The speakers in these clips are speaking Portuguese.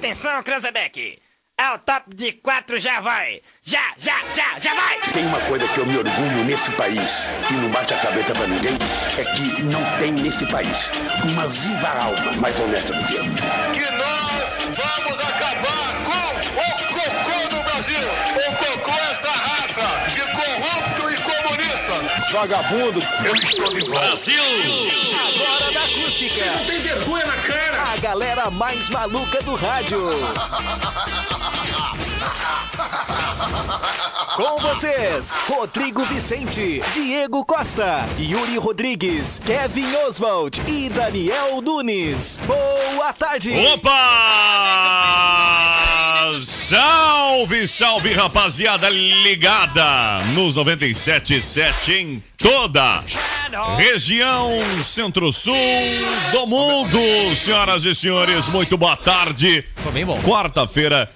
Atenção, Cranzebeck! Ao top de quatro já vai! Já, já, já, já vai! Tem uma coisa que eu me orgulho neste país, que não bate a cabeça pra ninguém, é que não tem neste país uma viva alma mais honesta do que eu. que nós vamos acabar com o cocô no Brasil. O cocô é essa raça de corrupto e comunista. Vagabundo, eu estou de volta. Brasil! Agora na acústica. Você não tem vergonha na cara. A galera mais maluca do rádio. Com vocês, Rodrigo Vicente, Diego Costa, Yuri Rodrigues, Kevin Oswald e Daniel Nunes. Boa tarde. Opa! Salve, salve, rapaziada ligada nos 97.7 em toda região centro-sul do mundo. Senhoras e senhores, muito boa tarde. Quarta-feira,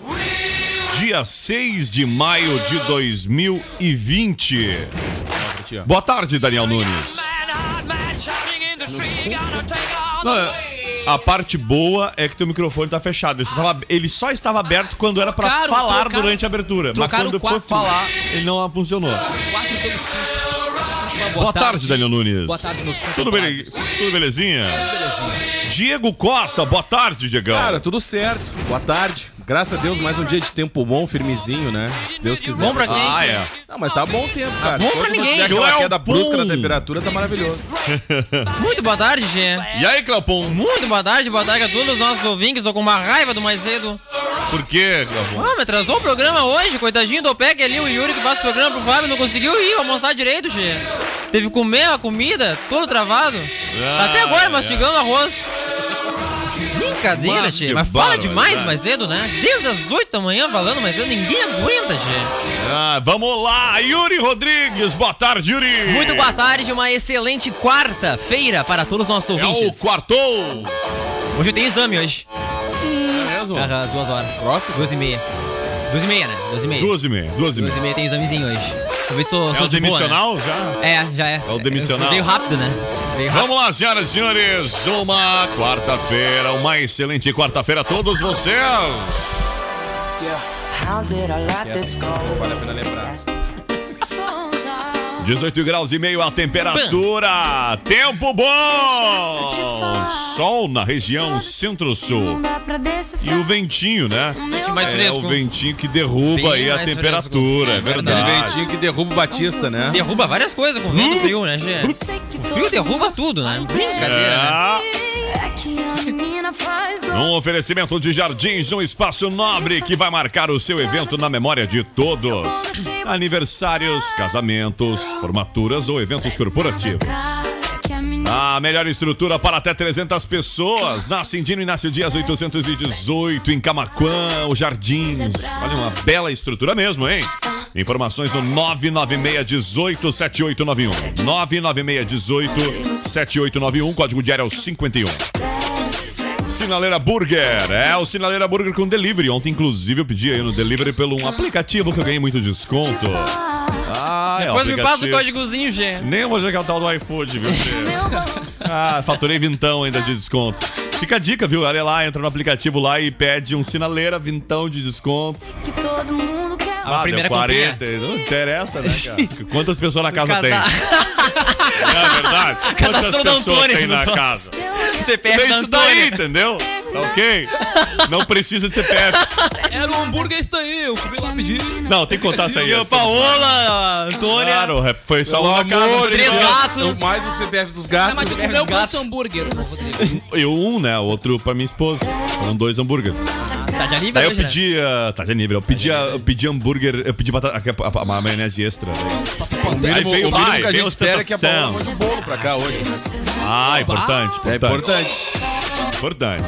dia 6 de maio de 2020. Boa tarde, Daniel Nunes. Não, é- Ah, A parte boa é que teu microfone tá fechado. Ele só, tava- ele só estava aberto quando era pra Trocaram, falar trocaram. durante a abertura. Mas Trocaram quando foi quatro. falar, ele não funcionou. Quatro pelo cinco. Uma Boa, tarde, Daniel Nunes. Boa tarde, meus Tudo, bele... contemporâneos. Tudo belezinha? Belezinha. Diego Costa, boa tarde, Diegão. Cara, tudo certo. Boa tarde. Graças a Deus, mais um dia de tempo bom, firmezinho, né? Se Deus quiser. Bom pra né? quem? ah, é. Não, mas tá bom o tempo, cara. bom pra Quando ninguém. tiver Aquela Cleopon. queda brusca na temperatura tá maravilhoso. Muito boa tarde, Gê. E aí, Cleopon? Muito boa tarde, boa tarde a todos os nossos ouvintes. Tô com uma raiva do mais cedo. Por quê, Cleopon? Ah, me atrasou o programa hoje, coitadinho do OPEC ali, o Yuri que faz o programa pro Fábio, não conseguiu ir almoçar direito, Gê. Teve que comer a comida, todo travado. Tá Ah, Até agora, é. mastigando arroz. Brincadeira, Mas que Gê. Mas fala demais barbaridade. mais cedo, né? Desde as 8 da manhã falando mais cedo, ninguém aguenta, Gê. Ah, vamos lá, Yuri Rodrigues. Boa tarde, Yuri. Muito boa tarde, uma excelente quarta-feira para todos os nossos É o ouvintes. quartou. Hoje eu tenho exame hoje. mesmo? Aham, às duas horas. Próximo? Duas e meia. Duas e meia, né? Duas e meia. Duas e meia, duas e Duas meia. e meia tem examezinho hoje. Deixa eu ver se sou, É sou o de boa, demissional já? né? É, já é. É o demissional? Eu Veio rápido, né? Veio rápido. Vamos lá, senhoras e senhores, uma quarta-feira, uma excelente quarta-feira a todos vocês. How did I let this go? Vale a pena lembrar. 18 graus e meio a temperatura, tempo bom, sol na região Não centro-sul dá pra e decifrar. o ventinho, né? o meu mais É fresco. o ventinho que derruba Bem aí a mais temperatura, é fresco. Aquele verdade. ventinho que derruba o Batista, né? Ah. Derruba várias coisas com o Hum? vento frio, né, Gê? Sei que O frio todo derruba mundo- tudo, né? Brincadeira, né? É. É que a menina faz gol. Um oferecimento de jardins, um espaço nobre que vai marcar o seu evento na memória de todos. Aniversários, casamentos, formaturas ou eventos corporativos. Ah. Cara, que a menina A melhor estrutura para até 300 pessoas. Na Cindino Inácio Dias 818, em Camaquã, os Jardins. Olha, uma bela estrutura mesmo, hein? Informações no 996-18-7891. 996-18-7891, código diário é o 51. Sinaleira Burger. É o Sinaleira Burger com delivery. Ontem, inclusive, eu pedi aí no delivery pelo um aplicativo que eu ganhei muito desconto. Ah, é o Depois me passa o aplicativo. códigozinho, Gê. Nem vou jogar o tal do iFood, viu? Fê? meu balão. Ah, faturei vintão ainda de desconto. Fica a dica, viu? Olha lá, entra no aplicativo lá e pede um sinaleira, vintão de desconto. Que todo mundo quer. Ah. A primeira deu campanha. 40. Não interessa, né, cara? Quantas pessoas na casa tem? Cadá- Não é verdade? Quantas Cadastro do pessoas Antônio tem na um no É, casa? Teu CPF Tem da isso daí, Antônia. entendeu? Tá ok? Não precisa de CPF. É, Era um hambúrguer isso daí, eu comi lá pedi. Não, tem que contar isso aí. Paola, Antônia. Claro, foi só uma Pelo casa. amor de Três Deus. gatos. Então, Mais os CPF dos gatos. Mas tu comeu quantos hambúrguer? Eu um, né? O outro pra minha esposa. Foram dois hambúrgueres. Tá de Daí aniversário, eu hoje, né? pedi. ah, tá de nível. Eu pedi, ah, eu pedi hambúrguer, eu pedi batata, a, a- a- a maionese extra. Aí O veio o mínimo pai, que a veio gente os espera é que a Paola tentação. mande um bolo pra cá hoje. Ah, importante, É importante. importante. importante.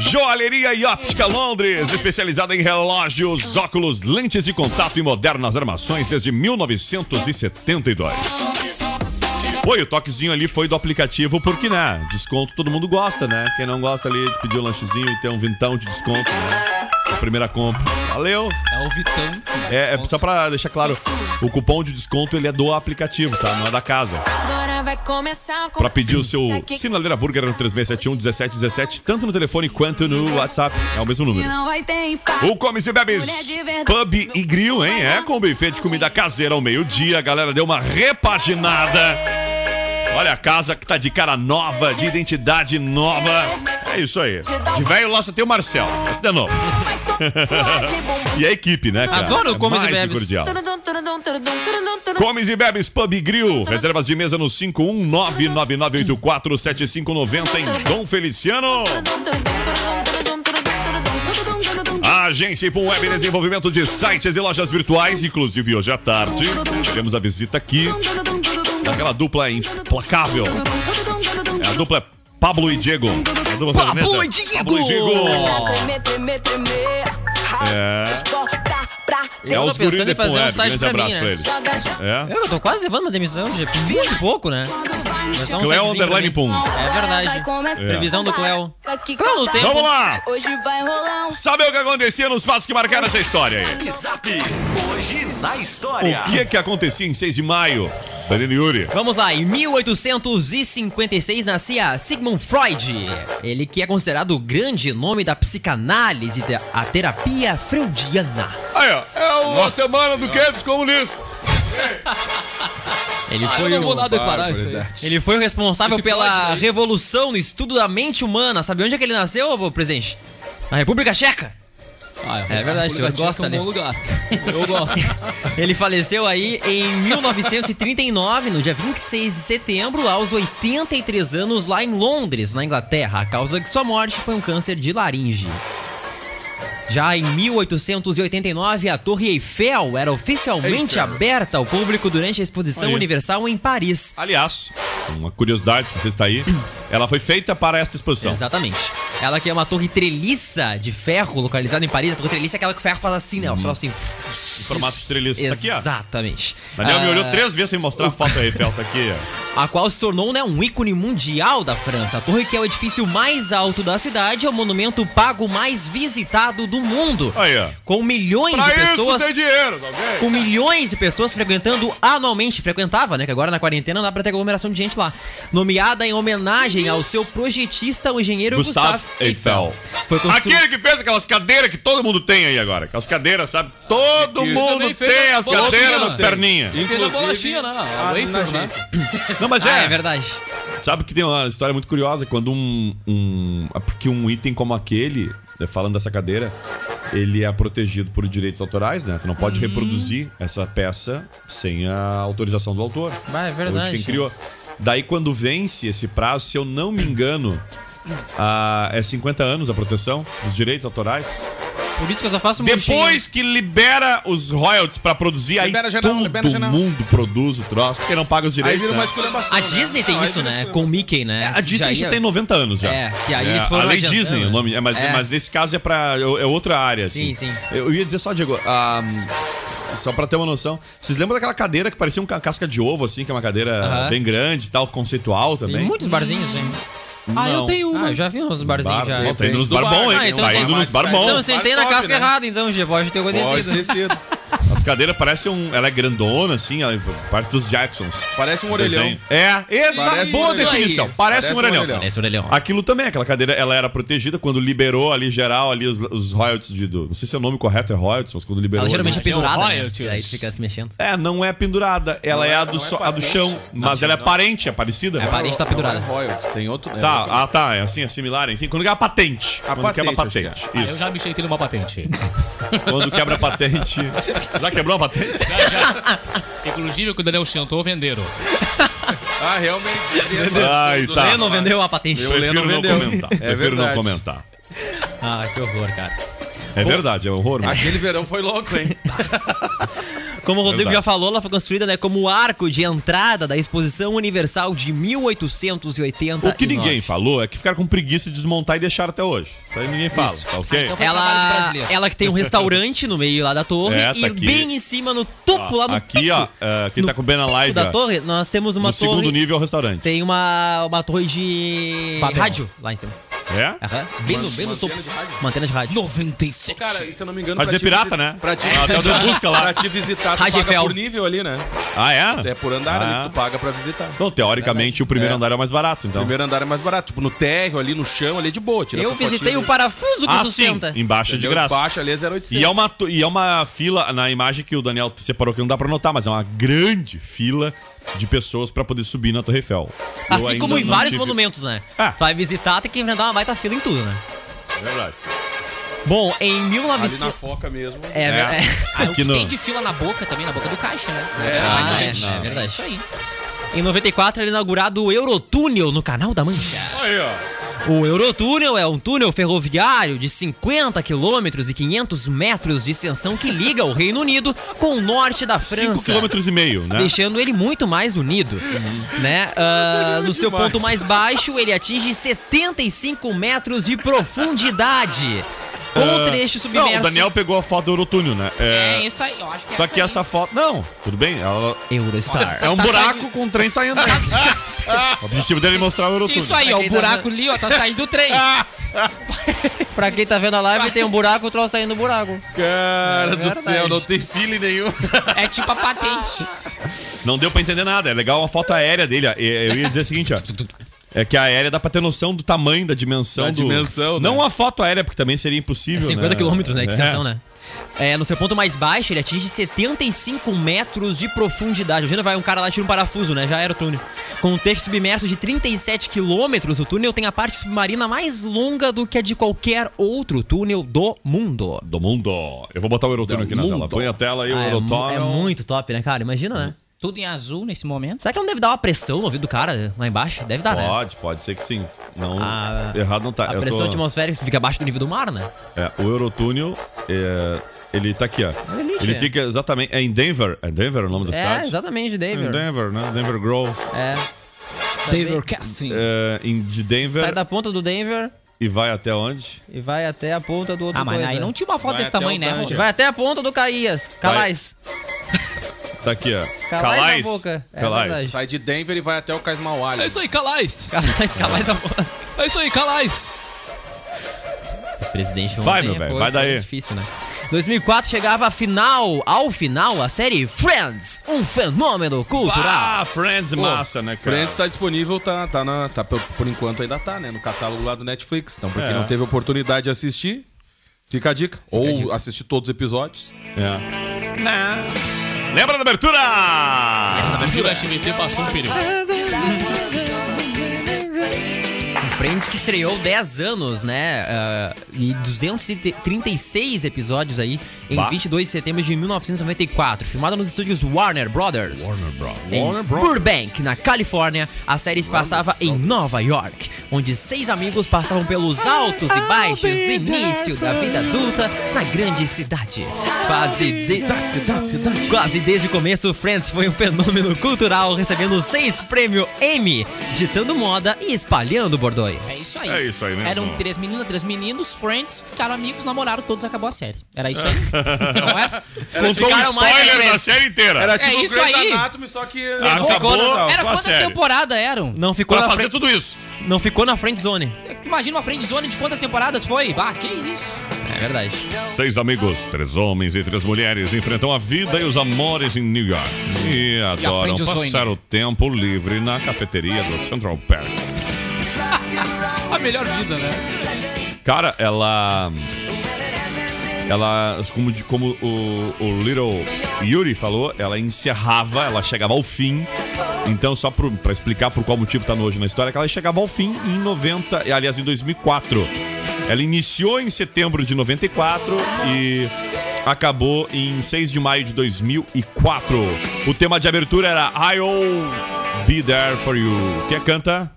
Joalheria e Óptica Londres, especializada em relógios, óculos, lentes de contato e modernas armações desde 1972. Oi, o toquezinho ali foi do aplicativo, porque, né? Desconto todo mundo gosta, né? Quem não gosta ali de pedir um lanchezinho e ter um vintão de desconto, né? A primeira compra. Valeu! É o Vitão. É, é só pra deixar claro, o cupom de desconto ele é do aplicativo, tá? Não é da casa. agora vai começar com... Pra pedir o seu Sinaleira Burger no 3671 1717, tanto no telefone quanto no WhatsApp. É o mesmo número. Não vai ter impacto. O Comes e Bebes Pub e Grill, hein? É, com buffet de comida caseira ao meio-dia. A galera deu uma repaginada. Olha a casa que tá de cara nova, de identidade nova. É isso aí. De velho lá só tem o Marcel. Mas de novo. E a equipe, né, cara? Adoro o É Comes e mais que Bebes. cordial. Comes e Bebes Pub e Grill. Reservas de mesa no 51999847590 em Dom Feliciano. A Agência Ipum Web Desenvolvimento de Sites e Lojas Virtuais, inclusive hoje à tarde. Tivemos a visita aqui daquela dupla implacável. É a dupla Pablo e Diego. É A dupla Pablo e sertaneja. Diego! Pablo e Diego. É Eu tô os guris pensando de em Ipum fazer um Web. site Grande pra abraço mim, pra né? eles. É. Eu tô quase levando uma demissão, gente. Muito pouco, né? Mas só um Cleo sitezinho pra Underline mim. Pum. É verdade. Previsão do Cleo. Cleo no tempo. Então Vamos lá! Hoje vai rolar um... Sabe o que acontecia nos fatos que marcaram essa história aí? Zap, hoje na história. O que é que acontecia em 6 de maio? Danilo Yuri. Vamos lá, em 1856 nascia Sigmund Freud, ele que é considerado o grande nome da psicanálise e da a terapia freudiana. Aí, ó. É o- a semana do que dos comunistas. Ele Ah, eu foi não vou o, nada declarar isso aí. ele foi o responsável Esse Freud pela daí. revolução no estudo da mente humana. Sabe onde é que ele nasceu, ô, presidente? Na República Checa. Ah, É verdade, República você Tcheca gosta, é um né? bom lugar. Eu gosto. Ele faleceu aí em 1939, no dia 26 de setembro, aos 83 anos, lá em Londres, na Inglaterra. A causa de sua morte foi um câncer de laringe. Já em 1889, a Torre Eiffel era oficialmente aberta ao público durante a Exposição Aí. Universal em Paris. Aliás, uma curiosidade, você está tá aí. Ela foi feita para esta Então. exposição. Exatamente. Ela que é uma torre treliça de ferro localizada em Paris. A torre treliça é aquela que o ferro faz assim, né? Uhum. Ela só assim. Em formato de treliça. Tá aqui, ó. Exatamente. Daniel me Ah, olhou três vezes sem mostrar a foto aí, Fel. Tá aqui, ó. a qual se tornou né, um ícone mundial da França. A torre que é o edifício mais alto da cidade é o monumento pago mais visitado do mundo. Aí, ó. Com milhões Pra de isso pessoas. tem dinheiro, tá ok? Com milhões de pessoas frequentando anualmente, frequentava, né? Que agora na quarentena não dá pra ter aglomeração de gente lá. Nomeada em homenagem ao seu projetista, o engenheiro Gustave Gustave, Eiffel. Eiffel. Foi construído. Aquele que fez aquelas cadeiras que todo mundo tem aí agora. Aquelas cadeiras, sabe? Todo que- mundo Também fez tem a as cadeiras bolachinha. nas perninhas. Ele fez a bolachinha, né? tá A wafer, né? Não, mas Ah, é, é verdade. Sabe que tem uma história muito curiosa quando um. um porque um item como aquele, né, falando dessa cadeira, ele é protegido por direitos autorais, né? Tu não Uhum. pode reproduzir essa peça sem a autorização do autor. Ah, ou é de verdade. quem criou. Daí quando vence esse prazo, se eu não me engano. ah, é 50 anos a proteção dos direitos autorais. Por isso que eu só faço murchinho. Depois que libera os royalties pra produzir, Libera aí a janela, todo libera a janela. mundo produz o troço, porque não paga os Aí direitos. vira uma né? esculhambação. A Disney tem isso, né? Com o Mickey, né? É, A Disney já ia- tem 90 anos já. É, que aí eles foram A lei adiantando, Disney, né? o nome. É, mas, É. mas nesse caso é pra. É outra área, assim. Sim, sim. Eu ia dizer só, Diego, ah, só pra ter uma noção. Vocês lembram daquela cadeira que parecia uma casca de ovo, assim, que é uma cadeira Aham. bem grande e tal, conceitual Tem também? muitos barzinhos, hein? Ah, eu tenho Ah, eu já vi uns barzinhos Bar, já. bom, tá indo nos Do bar bar, bom, hein? ah, então tá sim. indo nos bar bom. Então eu sentei na Top, casca né? errada, então, Gê, pode ter assim. Pode acontecido. ter sido. As cadeiras parecem um. Ela é grandona, assim, ela é parte dos Jacksons. Parece um O orelhão. desenho. É, essa Parece boa um orelhão. definição. Parece, um orelhão. Parece o orelhão. Aquilo também, aquela cadeira, ela era protegida quando liberou ali geral ali os, os royalties de, do, não sei se é o nome correto é royalties, mas quando liberou. Ela geralmente é ali- pendurada, né? royalties. E aí tu fica se mexendo. é, não é pendurada, ela é, a, do, so- a do chão, mas ela é parente, é parecida. É parente tá pendurada. Royals, tem outro. é outro- Tá, ah, tá, é assim, é similar, enfim, quando quebra a patente. A quando quebra a patente, patente. Ah, eu Isso. já me cheitei numa patente. Quando quebra a patente. já quebrou a patente? Inclusive, quando o Daniel chantou, venderam. Ah, realmente. Ai, tá. Ele não vendeu a patente. Eu- Leno Prefiro não vendeu. comentar. É Prefiro não verdade. comentar. Ah, que horror, cara. É verdade, é um horror. mas- Aquele verão foi louco, hein? Como o Rodrigo Verdade. já falou, ela foi construída né, como o arco de entrada da Exposição Universal de 1880. O que ninguém falou é que ficaram com preguiça de desmontar e deixaram até hoje. Isso aí ninguém fala, tá ok? então foi trabalho do Ela, brasileiro. ela que tem um restaurante no meio lá da torre É, tá e aqui. bem em cima, no topo, lá no Aqui, pico ó, é, quem tá com o Ben na live, da ó, torre, nós temos uma no segundo torre... nível é o restaurante. Tem uma, uma torre de Papel. rádio lá em cima. É? Aham. Bem no, bem no topo. Mantena de rádio. 97. Cara, e se eu não me engano... Pra dizer te pirata, visi- né? Pra te, Ah, tá dando busca lá. pra te visitar, tu Rádio paga Fel. por nível ali, né? Ah, é? É por andar Ah. ali que tu paga pra visitar. Então, teoricamente, o primeiro É. andar é o mais barato, O então. primeiro andar é mais barato. Tipo, no térreo ali, no chão, ali é de boa. Tira Eu tua visitei fotinho. o parafuso que Ah, sim. sustenta. Embaixo é de Entendeu? graça. Baixa ali é 0800. E é, uma, tu- e é uma fila, na imagem que o Daniel separou que não dá pra notar, mas é uma grande fila de pessoas pra poder subir na Torre Eiffel. Eu Assim ainda como em não vários tive- monumentos, né? Ah. Tu Vai visitar, tem que enfrentar uma baita fila em tudo, né? É Verdade. Bom, em Ali 1900... na foca mesmo. É, É. é. Aqui no... Tem de fila na boca também, na boca do caixa, né? Ah, Ah, é, não. é verdade. Isso aí. Em 94 era é inaugurado o Eurotúnel no Canal da Mancha. Aí, ó. O Eurotúnel é um túnel ferroviário de 50 quilômetros e 500 metros de extensão que liga o Reino Unido com o norte da 5 França. km e meio, né? Deixando ele muito mais unido, né? Ah, Uhum. no seu ponto mais baixo, ele atinge 75 metros de profundidade, com o trecho submerso. Ah, Não, o Daniel pegou a foto do Eurotúnel, né? É É, isso aí, eu acho que é só que essa essa foto... Não, tudo bem. Ela... Eurostar. É um Tá buraco saindo- com um trem Tá saindo. né? o objetivo dele é mostrar o aí. Eurotúnel. Isso aí, ó, Aqui o tá- buraco ali, ó, tá saindo o trem. Pra quem tá vendo a live, tem um buraco, o troll saindo do buraco. Cara do céu, não tem... É tipo a patente. Não deu pra entender nada. É legal a foto aérea dele. ó. E- Eu ia dizer o seguinte, ó. É que a aérea dá pra ter noção do tamanho, da dimensão Da do... dimensão, né? Não a foto aérea, porque também seria impossível, É 50 né? quilômetros, né? Que É. extensão, né? É, no seu ponto mais baixo, ele atinge 75 metros de profundidade. Imagina, vai um cara lá e tira um parafuso, né? Já era o túnel. Com um trecho submerso de 37 quilômetros, o túnel tem a parte submarina mais longa do que a de qualquer outro túnel do mundo. Do mundo. Eu vou botar o Eurotúnel aqui na tela. Põe a tela aí, o Uhum. Ah, é, mu- Eurotúnel. é muito top, né, cara? Imagina, né? Tudo em azul nesse momento. Será que não deve dar uma pressão no ouvido do cara lá embaixo? Deve dar, né? Pode, pode ser que sim. Não, Ah, errado não tá. A Eu pressão tô- atmosférica fica abaixo do nível do mar, né? É, o Eurotúnel, é, ele tá aqui, ó. Ele Ele é. fica exatamente... É em Denver. É Denver o nome da É, cidade? exatamente, É Em David. Denver, né? Denver Grove. É. David Casting. É, em, de Sai Denver da ponta do Denver e vai até onde? e vai até a ponta do outro Ah, mas coisa. aí não tinha uma foto Vai desse até tamanho, o né, Dante. Roger? Vai até a ponta do Caías. Calais. Tá aqui, ó. Calais na Calais. boca. É verdade. Sai de Denver e vai até o Casmauá. É isso aí, Calais. Calais, Calais a porra. É isso aí, Calais. Presidente ontem Vai, meu velho, foi- vai foi daí. difícil, né? 2004 chegava a final, ao final, a série Friends, um fenômeno cultural. Ah, Friends massa, né, cara? Friends tá disponível, tá, tá, na, tá por, por enquanto ainda tá, né? No catálogo lá do Netflix. Então, pra quem É. não teve oportunidade de assistir, fica a dica. Ou assistir todos os episódios. É. Não. Lembra da abertura? O Durante MT passou um período. Friends que estreou 10 anos, né? ah, e 236 episódios aí em Bah. 22 de setembro de 1994, filmada nos estúdios Warner Brothers. Warner Bros. Em Warner Brothers. Burbank, na Califórnia, a série se passava em Nova York, onde seis amigos passavam pelos altos e baixos do início da vida adulta na grande cidade. Quase, de- cidade, cidade. quase desde o começo, Friends foi um fenômeno cultural, recebendo seis prêmios Emmy, ditando moda e espalhando É bordões. isso aí. É isso aí mesmo. Eram três meninas, três meninos, friends, ficaram amigos, namoraram, todos, acabou a série. Era isso aí. Não é? era? Contou um Ficaram mais spoiler da friends. série inteira. Era tipo É isso Grey's aí. Anatomy, só que... tipo, Acabou Era com a quantas série. temporadas eram? Não ficou, Pra na fazer fren- tudo isso. não ficou na friend zone. Imagina uma friend zone de quantas temporadas foi? Ah, que isso. É verdade. Seis amigos, três homens e três mulheres enfrentam a vida e os amores em New York. E adoram friend zone. passar o tempo livre na cafeteria do Central Park. A melhor vida, né? Cara, ela. Ela, como, de- como o, o Little Yuri falou, ela encerrava, ela chegava ao fim. Então, só pro, pra explicar por qual motivo tá nojo na história, que ela chegava ao fim em 90, e, aliás, em 2004. Ela iniciou em setembro de 94 e acabou em 6 de maio de 2004. O tema de abertura era I'll Be There For You. Quem canta?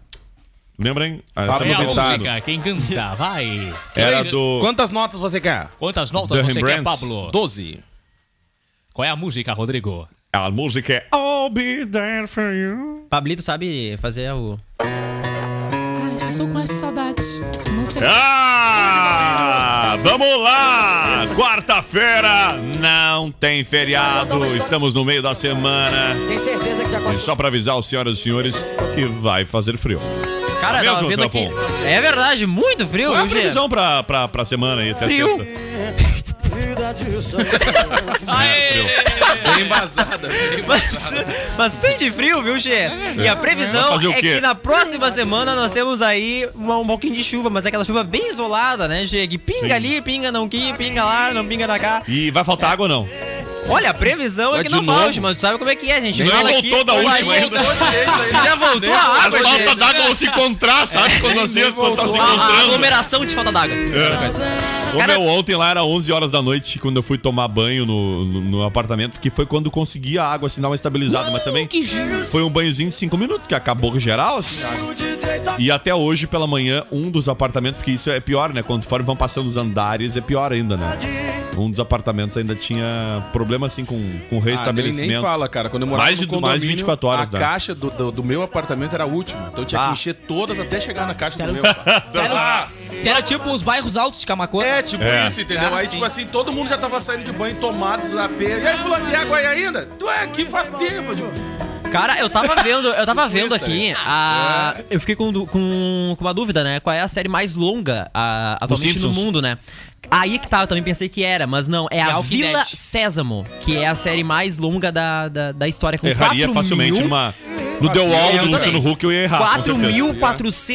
Lembrem? Ah, Pablo estamos Vittar. tentando. quem canta, vai. Era do. Quantas notas você quer? Quantas The notas você quer, Rembrandts. Pablo? Doze. Qual é a música, Rodrigo? A música é I'll Be There For You. Pablito sabe fazer o. Estou com essas saudades. Não sei. É. Ah! Vamos lá! Quarta-feira não tem feriado, estamos no meio da semana. Tem certeza que já E só pra avisar os senhoras e senhores que vai fazer frio. Cara, É Mesmo, tava vendo aqui. Felpão? É verdade, muito frio, Qual é a viu, Gê? previsão pra, pra, pra semana aí, até Frio. sexta? É, Bem embasada. Mas- Bastante frio, viu, Che? E a Vai previsão É, fazer o é quê? que na próxima semana nós temos aí uma- um pouquinho de chuva, mas é aquela chuva bem isolada, né, Che? Que pinga Sim. ali, pinga não aqui, pinga lá, não pinga na cá. E vai faltar água ou não? Olha, a previsão é Mas que de não novo? falte, mano. Tu sabe como é que é, gente? Nem Fala aqui, voltou da fala última aí. ainda. Já voltou a As água, faltas gente. d'água vão se encontrar, sabe? Quando nós se- quando tá se A, a Ah, encontrando. aglomeração de falta d'água. Ô, Cara- meu, ontem lá era 11 horas da noite quando eu fui tomar banho no, no, no apartamento, que foi quando consegui a água assim dar uma estabilizada, mas também Uh, Que giro. foi um banhozinho de 5 minutos, que acabou geral assim. a água. E até hoje pela manhã, um dos apartamentos, porque isso é pior, né? Quando fora vão passando os andares, é pior ainda, né? Um dos apartamentos ainda tinha problema assim com, com Ah, nem, nem reestabelecimento. fala, cara. Quando eu morava Mais no de- mais de condomínio, 24 horas, a né? caixa do, do, do meu apartamento era a última. Então eu tinha que Ah. encher todas até chegar na caixa do meu. Era, era tipo os bairros altos de Camacuã. É, tipo É. isso, entendeu? Ah, Aí, sim. tipo assim, todo mundo já tava saindo de banho, tomado, desapê. E aí, fulano, tem água aí ainda? Tu é aqui faz tempo. eu digo, Cara, eu tava vendo, eu tava vendo né? aqui a. É. Eu fiquei com, du- com, com uma dúvida, né? Qual é a série mais longa a, atualmente no Simpsons. mundo, né? Aí que tá, eu também pensei que era, mas não. É a Walking Vila Dead. Sésamo, que é a série mais longa da, da, da história. Com Erraria 4 facilmente mil, numa. No The É, Wall Eu do também. Luciano Huck eu ia errar. com certeza.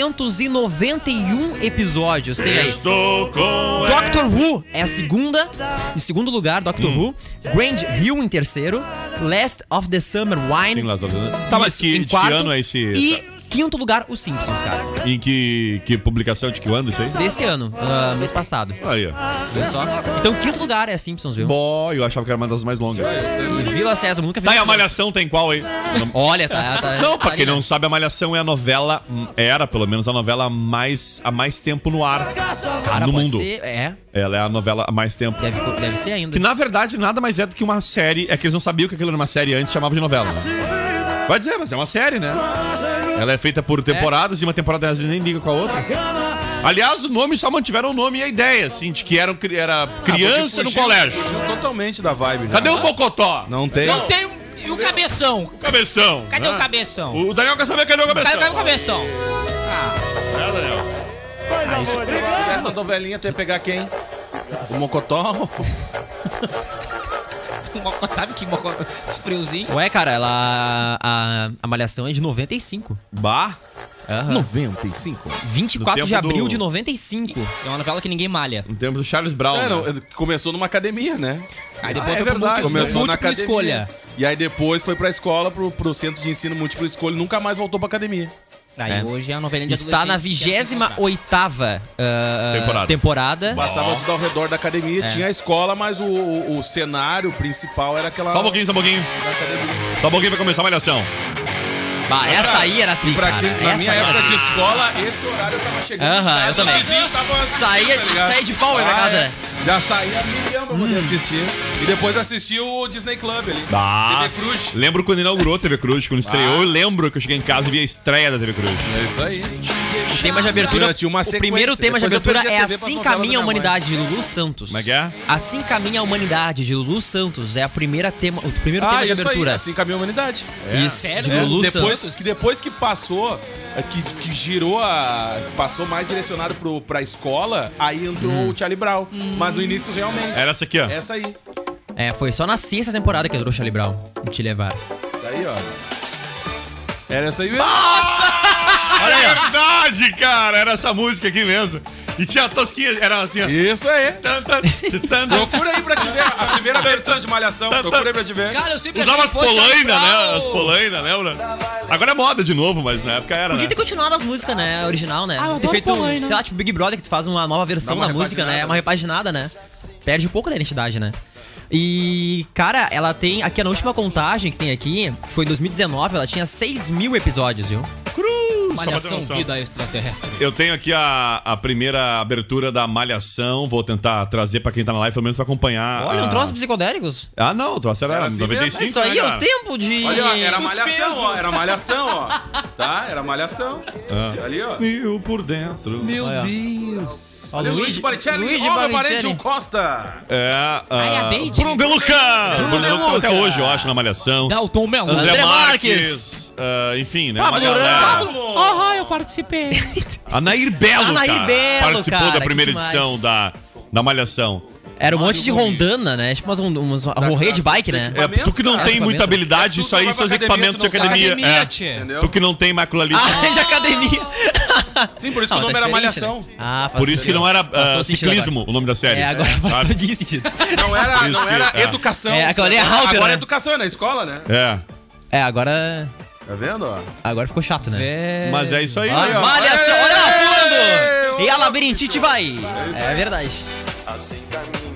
4.491 episódios. Seria isso. Estou com. Doctor Who é a segunda. Em segundo lugar, Doctor Hum. Who. Grand Hill em terceiro. Last of the Summer Wine. Sim, Las Vegas. Tá, mas Isso, que, em de que quarto. ano é esse. E quinto lugar, os Simpsons, cara. Em que, que publicação de que ano é isso aí? Desse ano, ah, mês passado. Aí, ó. Viu só? Então, quinto lugar é Simpsons, viu? Boy, eu achava que era uma das mais longas. E Vila César, nunca vi. Tá, e a Malhação tem qual aí? Olha, tá. tá Não, pra tá quem ali, não sabe, a Malhação é a novela, hum, era pelo menos a novela mais, há mais tempo no ar Cara, no pode mundo. ser, é. Ela é a novela há mais tempo. Deve, deve ser Que ainda. na verdade nada mais é do que uma série. É que eles não sabiam que aquilo era uma série antes, chamava de novela. Né? Vai dizer, mas é uma série, né? Ela é feita por temporadas e uma temporada às vezes nem liga com a outra. Aliás, o nome só mantiveram o nome e a ideia, assim, de que eram, cri- era criança no Ah, fugiu- colégio. Fugiu totalmente da vibe, né? Cadê o Bocotó? Não tem. Não tem. E o cabeção? Cabeção. Cadê né? o cabeção? O Daniel quer saber cadê o Cadê, cabeção. cadê o cabeção? É, Daniel. Essa novelinha, tu ia pegar quem? O Mocotó? O Mocó- Sabe que mocó- esse friozinho? Ué, cara, ela. A, a Malhação é de 95. Bah. 95? 24 de tempo do- abril de 95. É uma novela que ninguém malha. No tempo do Charles Brown. É, não, né? começou numa academia, né? Aí Ah, é depois foi pro verdade, múltiplo, começou na múltiplo academia. escolha. E aí depois foi pra escola, pro, pro centro de ensino múltiplo escolha e nunca mais voltou pra academia. Aí É. hoje é a novela de Está na adolescente que é assim. quer se 28 encontrar. Temporada. temporada. temporada. Passava tudo ao redor da academia, É. tinha a escola, mas o, o, o cenário principal era aquela. Só um pouquinho, só um pouquinho. da academia. Só um pouquinho vai começar a malhação. Bah, essa aí era tri, Pra cara. quem, na Essa minha aí era época tri. de escola, esse horário eu tava chegando. em Aham, casa, Ah, eu também. os vizinhos tavam assistindo, Saía- tá ligado? saía de pau aí pra Ah, casa, é. né? Já saía milhão pra poder assistir. E depois assisti o Disney Club ali. Ah, TV Cruz. lembro quando inaugurou a TV Cruz, Ah. quando estreou, eu lembro que eu cheguei em casa e vi a estreia da TV Cruz. É isso aí. O tema de abertura. Tinha uma o sequência, primeiro tema depois de eu abertura perdi a é TV pras Assim novelas Caminha a da minha Humanidade de Lulu Santos. Como é que é? Assim Caminha a Humanidade de Lulu Santos é a primeira tema, o primeiro Ah, tema de isso aí, abertura. assim caminha a humanidade. É. Isso, Sério? de Lulu depois, Santos. que depois que passou, é, que, que girou a. Passou mais direcionado pro, pra escola, aí entrou Hum. o Charlie Brown. Mas no início realmente. Era essa aqui, ó. Essa aí. É, foi só na sexta temporada que entrou o Charlie Brown em Te Levar. Daí, ó. Era essa aí mesmo. Olha aí, ó. É verdade, cara. Era essa música aqui mesmo. E tinha a tosquinha, era assim, ó. Isso aí. Tan, tan, tse, tan, tan. Procura aí pra te ver a primeira abertura de malhação. Procura aí pra te ver. Cara, eu Tá, sempre Usava achei as que fosse polainas, Charlie né? As Brown. polainas, lembra? Agora é moda de novo, mas na época era, né? Podia ter continuado as músicas, né? Original, né? Ah, eu ter adoro feito, Paulina. sei lá, tipo Big Brother, que tu faz uma nova versão Dá uma da música, repaginada. né? Uma repaginada, né? Perde um pouco da identidade, né? E, cara, ela tem. Aqui na última contagem que tem aqui, que foi em 2019, ela tinha 6 mil episódios, viu? Cruz, só pra ter Malhação noção. vida extraterrestre. Eu tenho aqui a, a primeira abertura da Malhação. Vou tentar trazer pra quem tá na live, pelo menos pra acompanhar. Olha, a... um troço de psicodélicos. Ah, não, o troço era, Era assim 95. Isso aí né, é cara? o tempo de. Olha, ó, era Os malhação, pesos. ó. Era malhação, ó. Tá? Era malhação. Ah. Ali, ó. Mil por dentro. Meu Olha. Deus. Ó, Olha o Luigi Baricelli. Luigi Baricelli. Baricelli. Costa. É. Ai, ah, a Deide. Bruno De Luca! Bruno De Luca até hoje, eu acho, na Malhação. Dalton Mello. André André Marques. ah, enfim, né? uma Pablo galera. Ramos. Pablo. Aham, eu participei. Anair Belo, Anair cara, Belo, participou cara, da que primeira demais. edição da, da Malhação. Era um monte de Mário Gomes. rondana, né? Tipo umas, umas uma correia de bike, né? É, tu que não cara, tem muita equipamento. habilidade, É isso tudo, aí vai são os pra academia, equipamentos de tu não sabe. academia. Academia, é. tchê. Entendeu? Tu que não tem mácula lista. Ah, de academia. Sim, por isso que Não, o nome tá era diferente, Malhação. né? Ah, faz Por isso que sentido. não era Faz ah, todo sentido ciclismo agora. o nome da série. É, agora faz Sabe? todo sentido. Não era, não Isso que- era é. educação. É, aquela ali é Halter, Agora né? é educação, é na escola, né? É. É, agora. Tá vendo, ó? Agora ficou chato, né? É. Mas é isso aí. Olha, né? olha só, Ei, olha a fundo! olha E a labirintite vai! É verdade.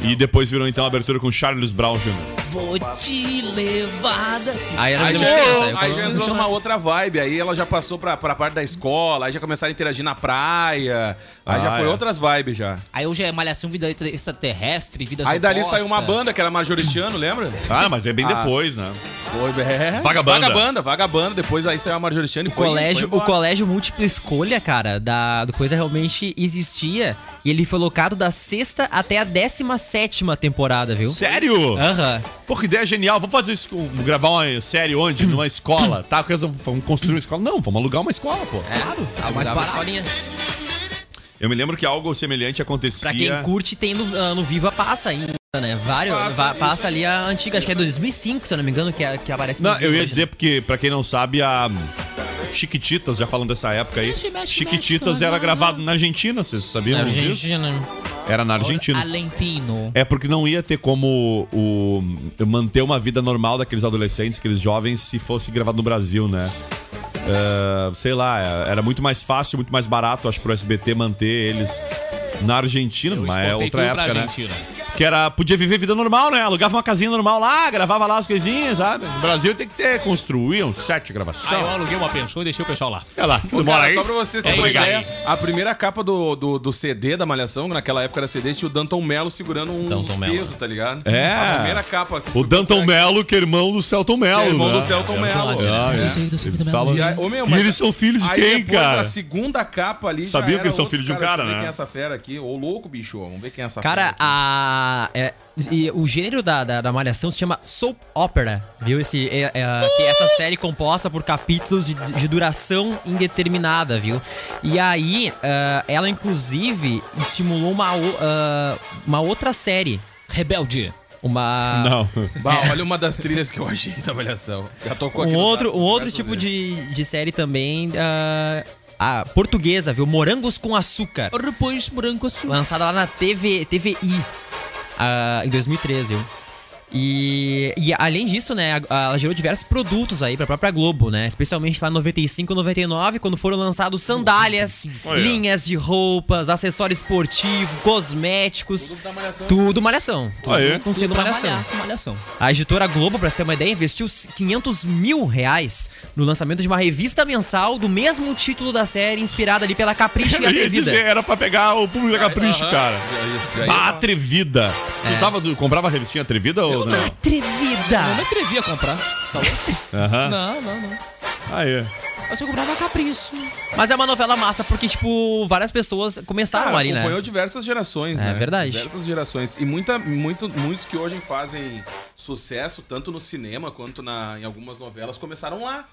E depois virou então a abertura com Charles Brown Jr. Vou te levada. Aí era Aí meio já, criança, aí aí eu- já entrou numa outra vibe, aí ela já passou pra, pra parte da escola, aí já começaram a interagir na praia, aí já Ah, foi é. outras vibes já. Aí hoje é malhação, vida extra- extraterrestre, vida Aí dali oposta. saiu uma banda que era Majoritiano, lembra? Ah, mas é bem Ah. depois, né? Foi, é. Vagabanda. Vagabanda, vagabanda, depois aí saiu a Majoritiano e O foi. foi colégio, o embora. colégio múltipla escolha, cara, da, do coisa realmente existia. E ele foi locado da sexta até a décima sétima temporada, viu? Sério? Aham. Pô, que ideia genial. Vamos fazer isso, com- gravar uma série onde? Numa escola, tá? Porque nós vamos- vamos construir uma escola. Não, vamos alugar uma escola, pô. É, Claro. tá mais barato. escolinha. Eu me lembro que algo semelhante acontecia. Pra é. quem curte, tem no, ah, no Viva Passa ainda, né? Vários, va- passa, ali a antiga, acho que é 2005, se eu não me engano, que, é- que aparece no Não, eu Viva ia hoje, dizer porque, pra quem não sabe, a hum, Chiquititas, já falando dessa época aí, Mexe, mexe, Chiquititas mexe, era não, gravado na Argentina, vocês sabiam né? disso? Argentina. Era na Argentina. Alentino. É porque não ia ter como o, manter uma vida normal daqueles adolescentes, aqueles jovens, se fosse gravado no Brasil, né? Ah, sei lá, era muito mais fácil, muito mais barato, acho, pro SBT manter eles na Argentina, mas é exportei outra tudo pra época, né? Argentina. Que era, podia viver vida normal, né? Alugava uma casinha normal lá, gravava lá as coisinhas, sabe? No Brasil tem que ter, construir um set de Aí eu gravação. aluguei uma pensão e deixei o pessoal lá. Olha lá, Ô, tu mora cara, aí. Só pra vocês terem É uma isso aí. ideia, a primeira capa do, do, do CD da Malhação, naquela época era CD, tinha o Danton Mello segurando um Danton Mello. peso, tá ligado? É. A primeira capa. que O foi Danton publicada, Mello, que é irmão do Celton Mello. que é irmão né? do Celton Mello. Mello. Ah, é. Diz aí do Celton Eles Mello. falam- aí- ô, meu, E mas- eles são filhos de Aí quem, depois, cara? Na segunda capa ali. já Sabia que era eles são outro filhos de um cara, Deixa eu ver né? Quem é essa fera aqui? Ô, louco, bicho. Vamos ver quem é essa Cara, fera. aqui. a. é, e o gênero da, da, da Malhação se chama Soap Opera, viu? Esse, é, é, que é essa série composta por capítulos de, de duração indeterminada, viu? E aí, ah, ela inclusive estimulou uma, o- ah, uma outra série. Rebelde. É. Uma. Não. Bah, olha uma das trilhas que eu achei da Malhação. Já tocou aqui. Um no outro, zap, um outro conversa tipo dele. de, de série também. ah, a portuguesa, viu? Morangos com Açúcar. Repôs branco azul. Lançada lá na TV, TVI ah, em 2013, viu? E, e além disso, né, a- ela gerou diversos produtos aí pra própria Globo, né? Especialmente lá em 95 99, quando foram lançados sandálias, Olha. linhas de roupas, acessório esportivo, cosméticos. Tudo malhação. Tudo malhação. Tudo Aí. com sendo Pra malhação. malhar, com malhação. A editora Globo, pra você ter uma ideia, investiu 500 mil reais no lançamento de uma revista mensal do mesmo título da série, inspirada ali pela Capricho e Eu ia Atrevida. É. dizer, era pra pegar o público da Capricho, Aham. cara. Já- já- já- Bah, atrevida. Tu usava, tu comprava a revistinha atrevida ou não? Eu não Atrevida! atrevi a comprar. Tá louco? Aham. Não, não, não. Aí. Mas eu comprava capricho. Mas é uma novela massa, porque, tipo, várias pessoas começaram Cara, ali, né? acompanhou diversas gerações, É né? verdade. Diversas gerações. E muita, muito, muitos que hoje fazem sucesso, tanto no cinema quanto na, em algumas novelas, começaram lá.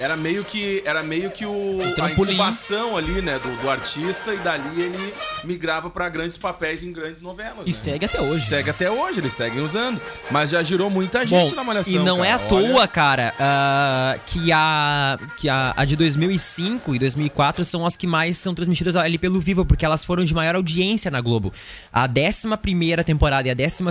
Era meio que, era meio que o, Um a trampolim. incubação ali, né, do, do artista, e dali ele migrava pra grandes papéis em grandes novelas. E né? segue até hoje. Segue até hoje, eles seguem usando. Mas já girou muita gente Bom, na Malhação. e não é à cara. toa, Olha, cara, ah, que, a, que a, a de 2005 e 2004 são as que mais são transmitidas ali pelo Vivo, porque elas foram de maior audiência na Globo. A 11 temporada e a 12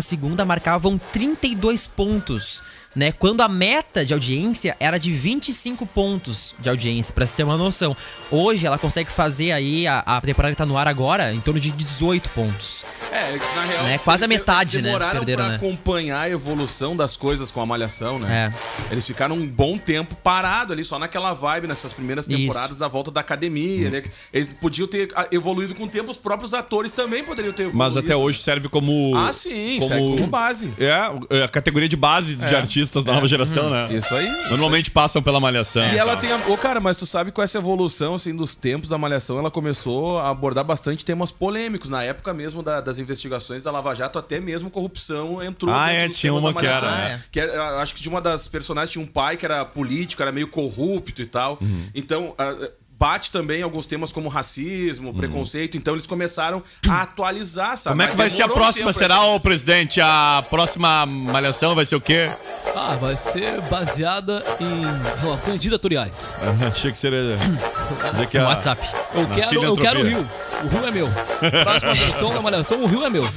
marcavam 32 pontos, né? Quando a meta de audiência era de 25 pontos de audiência, pra se ter uma noção. Hoje ela consegue fazer aí, a, a temporada que tá no ar agora, em torno de 18 pontos. é, na real, né, quase a eles metade, né, demoraram perderam, pra né? acompanhar a evolução das coisas com a Malhação, né? É. Eles ficaram um bom tempo parado ali, só naquela vibe, nessas primeiras É, Isso. temporadas da volta da academia, né? Eles podiam ter ah, evoluído com o tempo, os próprios atores também poderiam ter evoluído. Mas até hoje serve como. Ah, sim, segue como base. É, é a categoria de base de artistas da nova geração, né? Isso aí. Normalmente passam pela malhação. E ela tal. tem. a- Ô, cara, mas tu sabe com essa evolução, assim, dos tempos da Malhação, ela começou a abordar bastante temas polêmicos. Na época mesmo da- das investigações da Lava Jato, até mesmo corrupção entrou. Ah, dentro é, dos tinha temas uma da que era, Malhação, né? que era- eu Uhum. acho que de uma das personagens tinha um pai que era político, era meio corrupto e tal. Então. a- bate também alguns temas como racismo, preconceito. Então eles começaram a atualizar, Uhum. sabe? Como é que Mas vai ser a demorou um próxima? tempo Será, essa- ô presidente, a próxima malhação vai ser o quê? Ah, vai ser baseada em relações ditatoriais. Achei que seria. Dizer que No a- WhatsApp. Eu Na quero, eu quero o filantropia. Rio. O Rio é meu. Próxima versão da Malhação, o Rio é meu.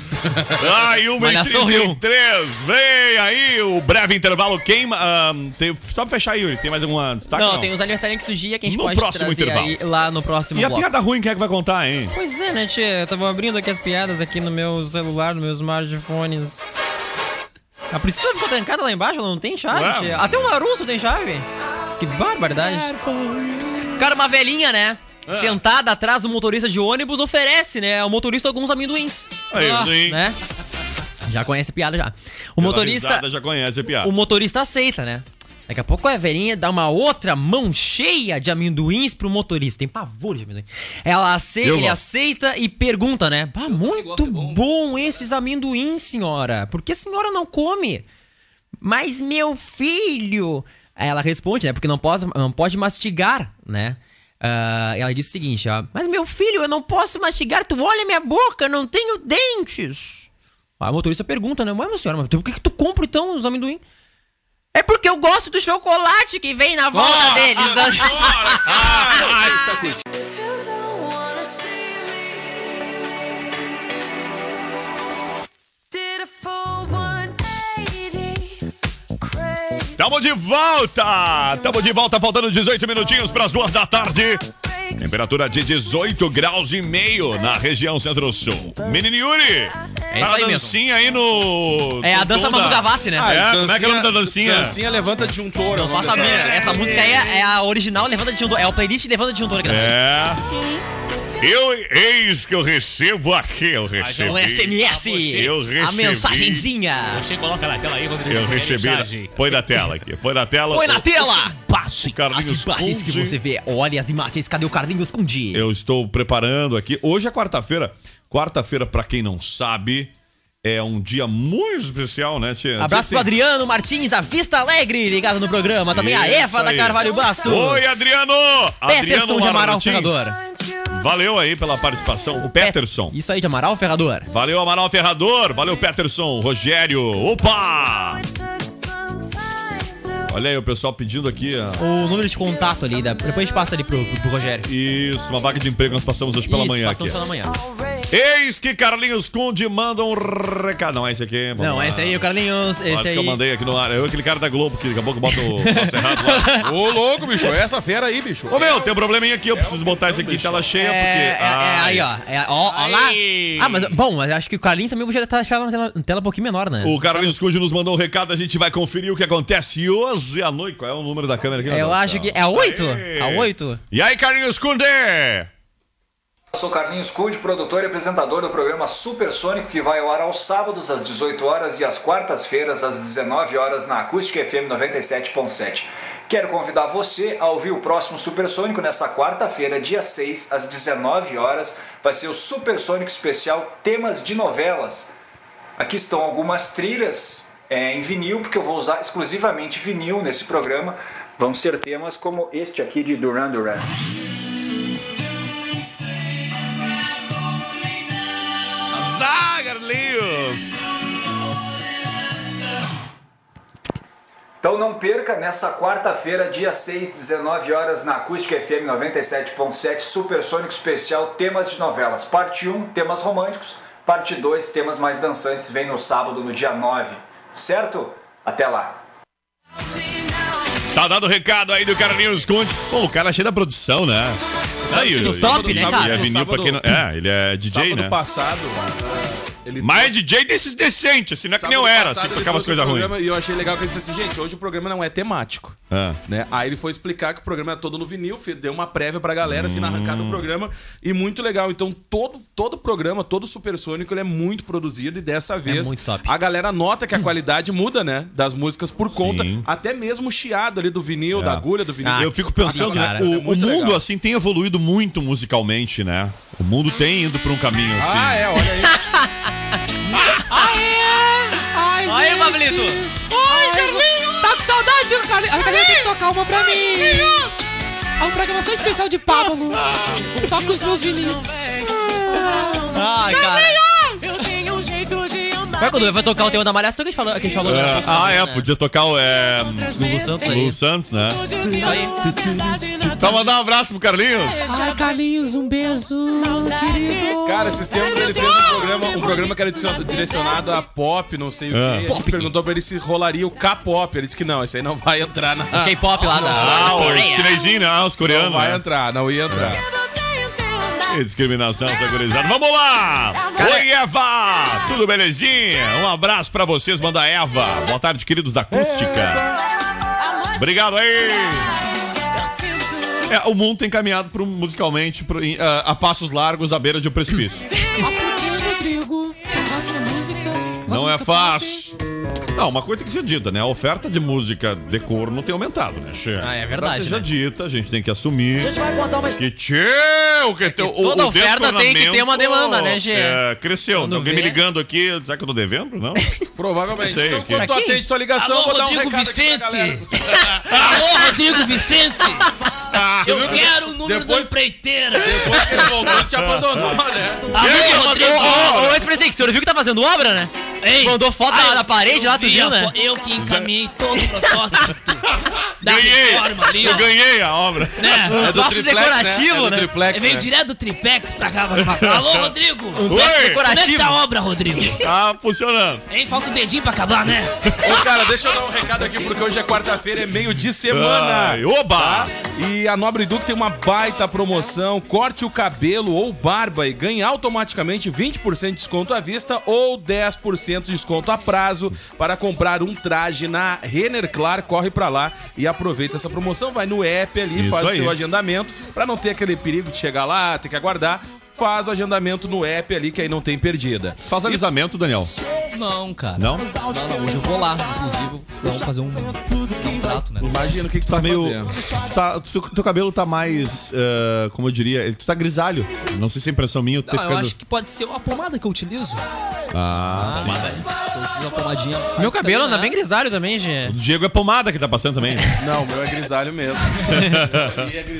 Ah, e uma e Malhação Rio. 33. Vem aí o breve intervalo. Quem. ahn, tem, só pra fechar aí, Yuri. Tem mais alguma destaque? Não, tem os aniversariantes do dia que a gente Tá No pode próximo trazer intervalo. aí lá no próximo E a um bloco. piada ruim, quem é que vai contar, hein? Pois é, né, tia? Eu tava abrindo aqui as piadas aqui no meu celular, nos meus smartphones. A Priscila ficou trancada lá embaixo, ela não tem chave, Ué. tia. Até o Larusso tem chave. Mas que barbaridade. Cara, uma velhinha, né? É. Sentada atrás do motorista de ônibus, oferece, né? Ao motorista alguns amendoins. Aí, sim. Né? Já conhece a piada já. O Pela motorista. risada já conhece a piada. O motorista aceita, né? Daqui a pouco a velhinha dá uma outra mão cheia de amendoins pro motorista. Tem pavor de amendoim. Ela aceita, Eu ele gosto. aceita e pergunta, né? Ah, muito gosto, é bom. bom." esses amendoins, senhora. Por que a senhora não come? Mas meu filho. Aí Ela responde, né? Porque não pode, não pode mastigar, né? Ah, ela diz o seguinte, ó. Mas meu filho, eu não posso mastigar. Tu olha minha boca, eu não tenho dentes. Aí o motorista pergunta, né? Mas meu senhora, mas por que, que tu compra então os amendoim? É porque eu gosto do chocolate que vem na volta deles. né? Ah, Tamo de volta! Tamo de volta, faltando 18 minutinhos para as duas da tarde. Temperatura de 18 graus e meio na região centro-sul. Menino Yuri, É para isso a aí mesmo. dancinha aí no. É a dança no tom Manu da- Gavassi, né? Ah, é? Como é que é o nome da dancinha? Dancinha levanta de um touro. Não faça a minha. Essa música aí é, é a original Levanta de Juntor. É o playlist Levanta de Juntor, galera. É. Eu, eis que eu recebo aqui, eu recebi. O SMS. Ah, Eu A recebi. mensagenzinha. Você coloca na tela aí, Rodrigo. Eu recebi. Põe na tela aqui, põe na tela. Põe na tela. Passo, As Carlinhos. imagens que Conde. você vê. Olha as imagens. Cadê o Carlinhos Cundi? Eu estou preparando aqui. Hoje é quarta-feira. Quarta-feira, pra quem não sabe, é um dia muito especial, né, Tia? Abraço pro Tia, tem- Adriano Martins, a Vista Alegre, ligado no programa. Também a Isso Eva da aí. Carvalho Bastos. Oi, Adriano! Peterson de Amaral Martins. Ferrador. Valeu aí pela participação. O Peterson. É Isso aí, de Amaral Ferrador. Valeu, Amaral Ferrador. Valeu, Peterson. Rogério. Opa! Olha aí o pessoal pedindo aqui. ó. O número de contato ali, da... depois a gente passa ali pro, pro, pro Rogério. Isso, uma vaga de emprego nós passamos hoje pela Isso, manhã aqui. passamos pela manhã. Eis que Carlinhos Conde manda um recado. Não, é esse aqui. vamos Não, lá. esse aí, o Carlinhos, esse Acho aí. que eu mandei aqui no ar. Eu, aquele cara da Globo que daqui a pouco bota o nosso errado lá. Ô, louco, bicho. É essa fera aí, bicho. Ô meu, tem um probleminha aqui, eu preciso botar isso aqui em tela cheia, É, porque. é, é, Ai. aí, ó. É, ó, ó lá. Ah, mas, bom, mas acho que o Carlinhos também podia estar achando na tela, na tela um pouquinho menor, né? O Carlinhos Conde nos mandou um recado, a gente vai conferir o que acontece hoje à noite. Qual é o número da câmera aqui? meu Eu Deus do acho céu? que é a 8? Aê. A 8? E aí, Carlinhos Conde? Sou Carlinhos Cude, produtor e apresentador do programa Supersônico, que vai ao ar aos sábados às 18 horas e às quartas-feiras às 19 horas na Acústica FM 97.7. Quero convidar você a ouvir o próximo Supersônico nessa quarta-feira, dia 6, às 19 horas. Vai ser o Supersônico Especial Temas de Novelas. Aqui estão algumas trilhas é, em vinil, porque eu vou usar exclusivamente vinil nesse programa. Vão ser temas como este aqui de Duran Duran. Azar, Carlinhos! Então não perca nessa quarta-feira, dia 6, 19 horas, na Acústica FM 97.7, Supersônico Especial Temas de Novelas. Parte 1, temas românticos. Parte 2, temas mais dançantes, vem no sábado, no dia 9. Certo? Até lá. Tá dado o recado aí do Carlinhos Conde. Pô, o cara é cheio da produção, né? Aí, no top, né, Ele cara? é No vinil pra sábado- quem não. É, ele é DJ, Sábado né? passado, ele Mas DJ desses decentes, assim, não é que Sábado nem eu era, passado assim, ele tocava as trouxe coisas o ruins. programa E eu achei legal que ele disse assim, gente, hoje o programa não é temático. Ah. Né? Aí ele foi explicar que o programa era todo no vinil, fe- deu uma prévia pra galera, assim, na arrancada Hum. do programa. E muito legal. Então, todo, todo programa, todo supersônico, ele é muito produzido. E dessa vez, É muito top. a galera nota que a qualidade muda, né? Das músicas por conta, até mesmo o chiado ali do vinil, É. da agulha do vinil. Ah, Eu fico pensando, né? cara, O, Ah, é o muito mundo, legal. assim, tem evoluído muito musicalmente, né? O mundo tem ido pra um caminho, assim. Ah, é, olha aí. Ah, é? Ai, Olha aí, Pablito. tá Ai, Carlinhos. Tá com saudade do Carlinhos. Ai, Carlinhos tem que tocar uma pra mim. É um programação especial de Pablo. Só com os meus vinis. Ai, cara. um Vai quando vai tocar o tema da malhação que a gente falou. Que a gente falou É, ah, né? é, podia tocar o. É, Lulu Santos aí. Lulu Santos, né? Isso aí. Então, mandar um abraço pro Carlinhos. Ai, Carlinhos, um beijo, querido. Cara, esses tempos ele fez um programa, um programa que era direcion- direcionado a pop, não sei o Ah. que. A gente perguntou pra ele se rolaria o K-pop. Ele disse que não, isso aí não vai entrar na. O K-pop lá da- Ah, da os Coreia. chinesinhos, né? Ah, os Não coreanos. vai né? entrar, não ia entrar. Que Discriminação segurizada. Vamos lá! Oi, Eva! Tudo belezinha? Um abraço pra vocês, manda Eva. Boa tarde, queridos da Acústica. Obrigado aí! É, o mundo tem caminhado pro- musicalmente pro- em, ah, a passos largos à beira de um precipício. Ah, porque, Rodrigo, eu gosto de música. gosto de Não é música fácil. Não, uma coisa tem que ser dita, né? A oferta de música de cor não tem aumentado, né, Che? Ah, é Tá verdade, seja né? dita, a gente tem que assumir. Que tchê, o que teu- o- É toda o oferta tem que ter descolamento, uma demanda, né, Gê? é, cresceu. Quando Tem alguém me vê- ligando aqui. Será que eu tô devendo? Não? Provavelmente. Não sei, então, aqui. quando tu Pra quem? atende tua ligação, eu Alô, vou dar um Rodrigo recado aqui pra Vicente. galera. Alô, Rodrigo Vicente! Ah, Eu quero o número da Depois- empreiteira! Depois que ele voltou, ele te abandonou, né? Ô, Alô, Rodrigo, Rodrigo! ô, ô, ô, ex-presidente, o senhor viu que tá fazendo obra, né? Ei, Mandou foto ah, da- da parede eu lá, tu vi viu, a né? fo- Eu que encaminhei todo o propósito da Ganhei! reforma ali, Eu ó. ganhei a obra. Né? Troço decorativo, É do né? triplex, Veio né? direto do triplex pra cá. pra cá. Alô, Rodrigo! Como Oi! é que Decorativo. tá a obra, Rodrigo? Tá funcionando. Hein, falta o dedinho pra acabar, né? Ô, cara, deixa eu dar um recado aqui, porque hoje é quarta-feira, é meio de semana. tá? Ai, oba! E a Nobre Duque tem uma baita promoção. Corte o cabelo ou barba e ganhe automaticamente 20% de desconto à vista ou 10% de desconto a prazo para comprar um traje na Renner Clar. Corre pra lá e aproveita essa promoção. Vai no app ali, Isso faz aí. o seu agendamento para não ter aquele perigo de chegar lá, ter que aguardar. Faz o agendamento no app ali que aí não tem perdida. Faz alisamento, Daniel. Não, cara. Não? Não, não, hoje eu vou lá, inclusive, vamos fazer um contrato, né? Imagina o que, que tu Tá vai meio. fazer. tu Tá, tu- teu cabelo tá mais. eh, como eu diria? ele- Tu tá grisalho. Não sei se é impressão minha. Tu tá Não, eu ficando... acho que pode ser a pomada que eu utilizo. Ah, sim. Pomada. Eu utilizo uma pomadinha. Meu básica cabelo ali, anda né? bem grisalho também, Gê. O Diego é pomada que tá passando também. Não, o meu é grisalho mesmo.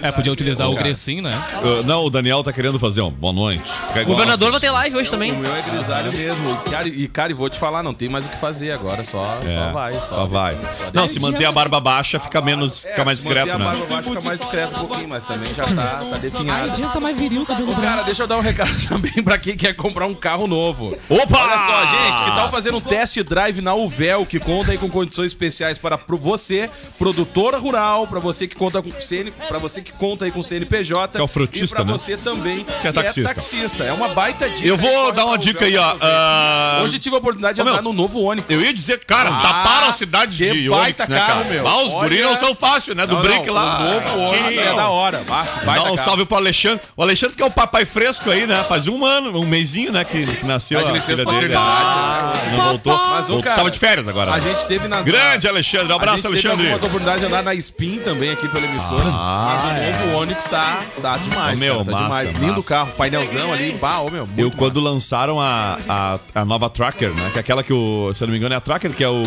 É, podia utilizar o Grecin, né? Eh, não, o Daniel tá querendo fazer um. Boa noite. Fica O igual governador nossos- vai ter live hoje O também. meu é grisalho mesmo. Cara, e, cara, e vou te falar, não tem mais o que fazer agora. Só, só É, vai, só, Só vai. Não, se manter a barba baixa, fica menos. Fica mais É, Se manter discreto, a barba né? baixa, fica mais discreto um pouquinho, mas também já tá, tá Ai, definhado. adianta mais viril o cabelo Ô, branco. Cara, deixa eu dar um recado também pra quem quer comprar um carro novo. Opa! Olha só, gente, que tal fazer um test drive na Uvel, que conta aí com condições especiais para pro- você, produtora rural, para você que conta com CN, para você que conta aí com CNPJ, Que é o e frutista, pra né? você também que é é taxista. taxista. É uma baita dica. Eu vou Corre dar uma pra Uvel dica aí, ó. pra você. Ah, Hoje tive a oportunidade de Ô, meu, andar no novo Onix. Eu ia dizer, cara, taparam a cidade Ah, que de baita Onix, né, cara? carro, meu. Ah, os Olha- guris não são fáceis, né? Do Não, break não, lá. O novo Onix Tchau. é da hora. Bah, Dá baita um carro. salve pro Alexandre. O Alexandre que é o papai fresco aí, né? Faz um ano, um mesinho, né? Que, que nasceu Tá de a licença filha dele. paternidade, Ah, Não voltou. Mas, ô, Voltou- cara, Tava de férias agora. A né? gente teve na. Grande Alexandre. Um a abraço, gente Alexandre. teve algumas oportunidades de andar na Spin também aqui pela emissora. mas o novo Onix tá, tá demais. Ah. Ô, meu, cara, tá massa, demais. massa. Lindo carro, painelzão ali. Bah, ô, meu. muito Eu, massa. quando lançaram a, a, a nova Tracker, né? Que é aquela que o. Se eu não me engano, é a Tracker, que é o.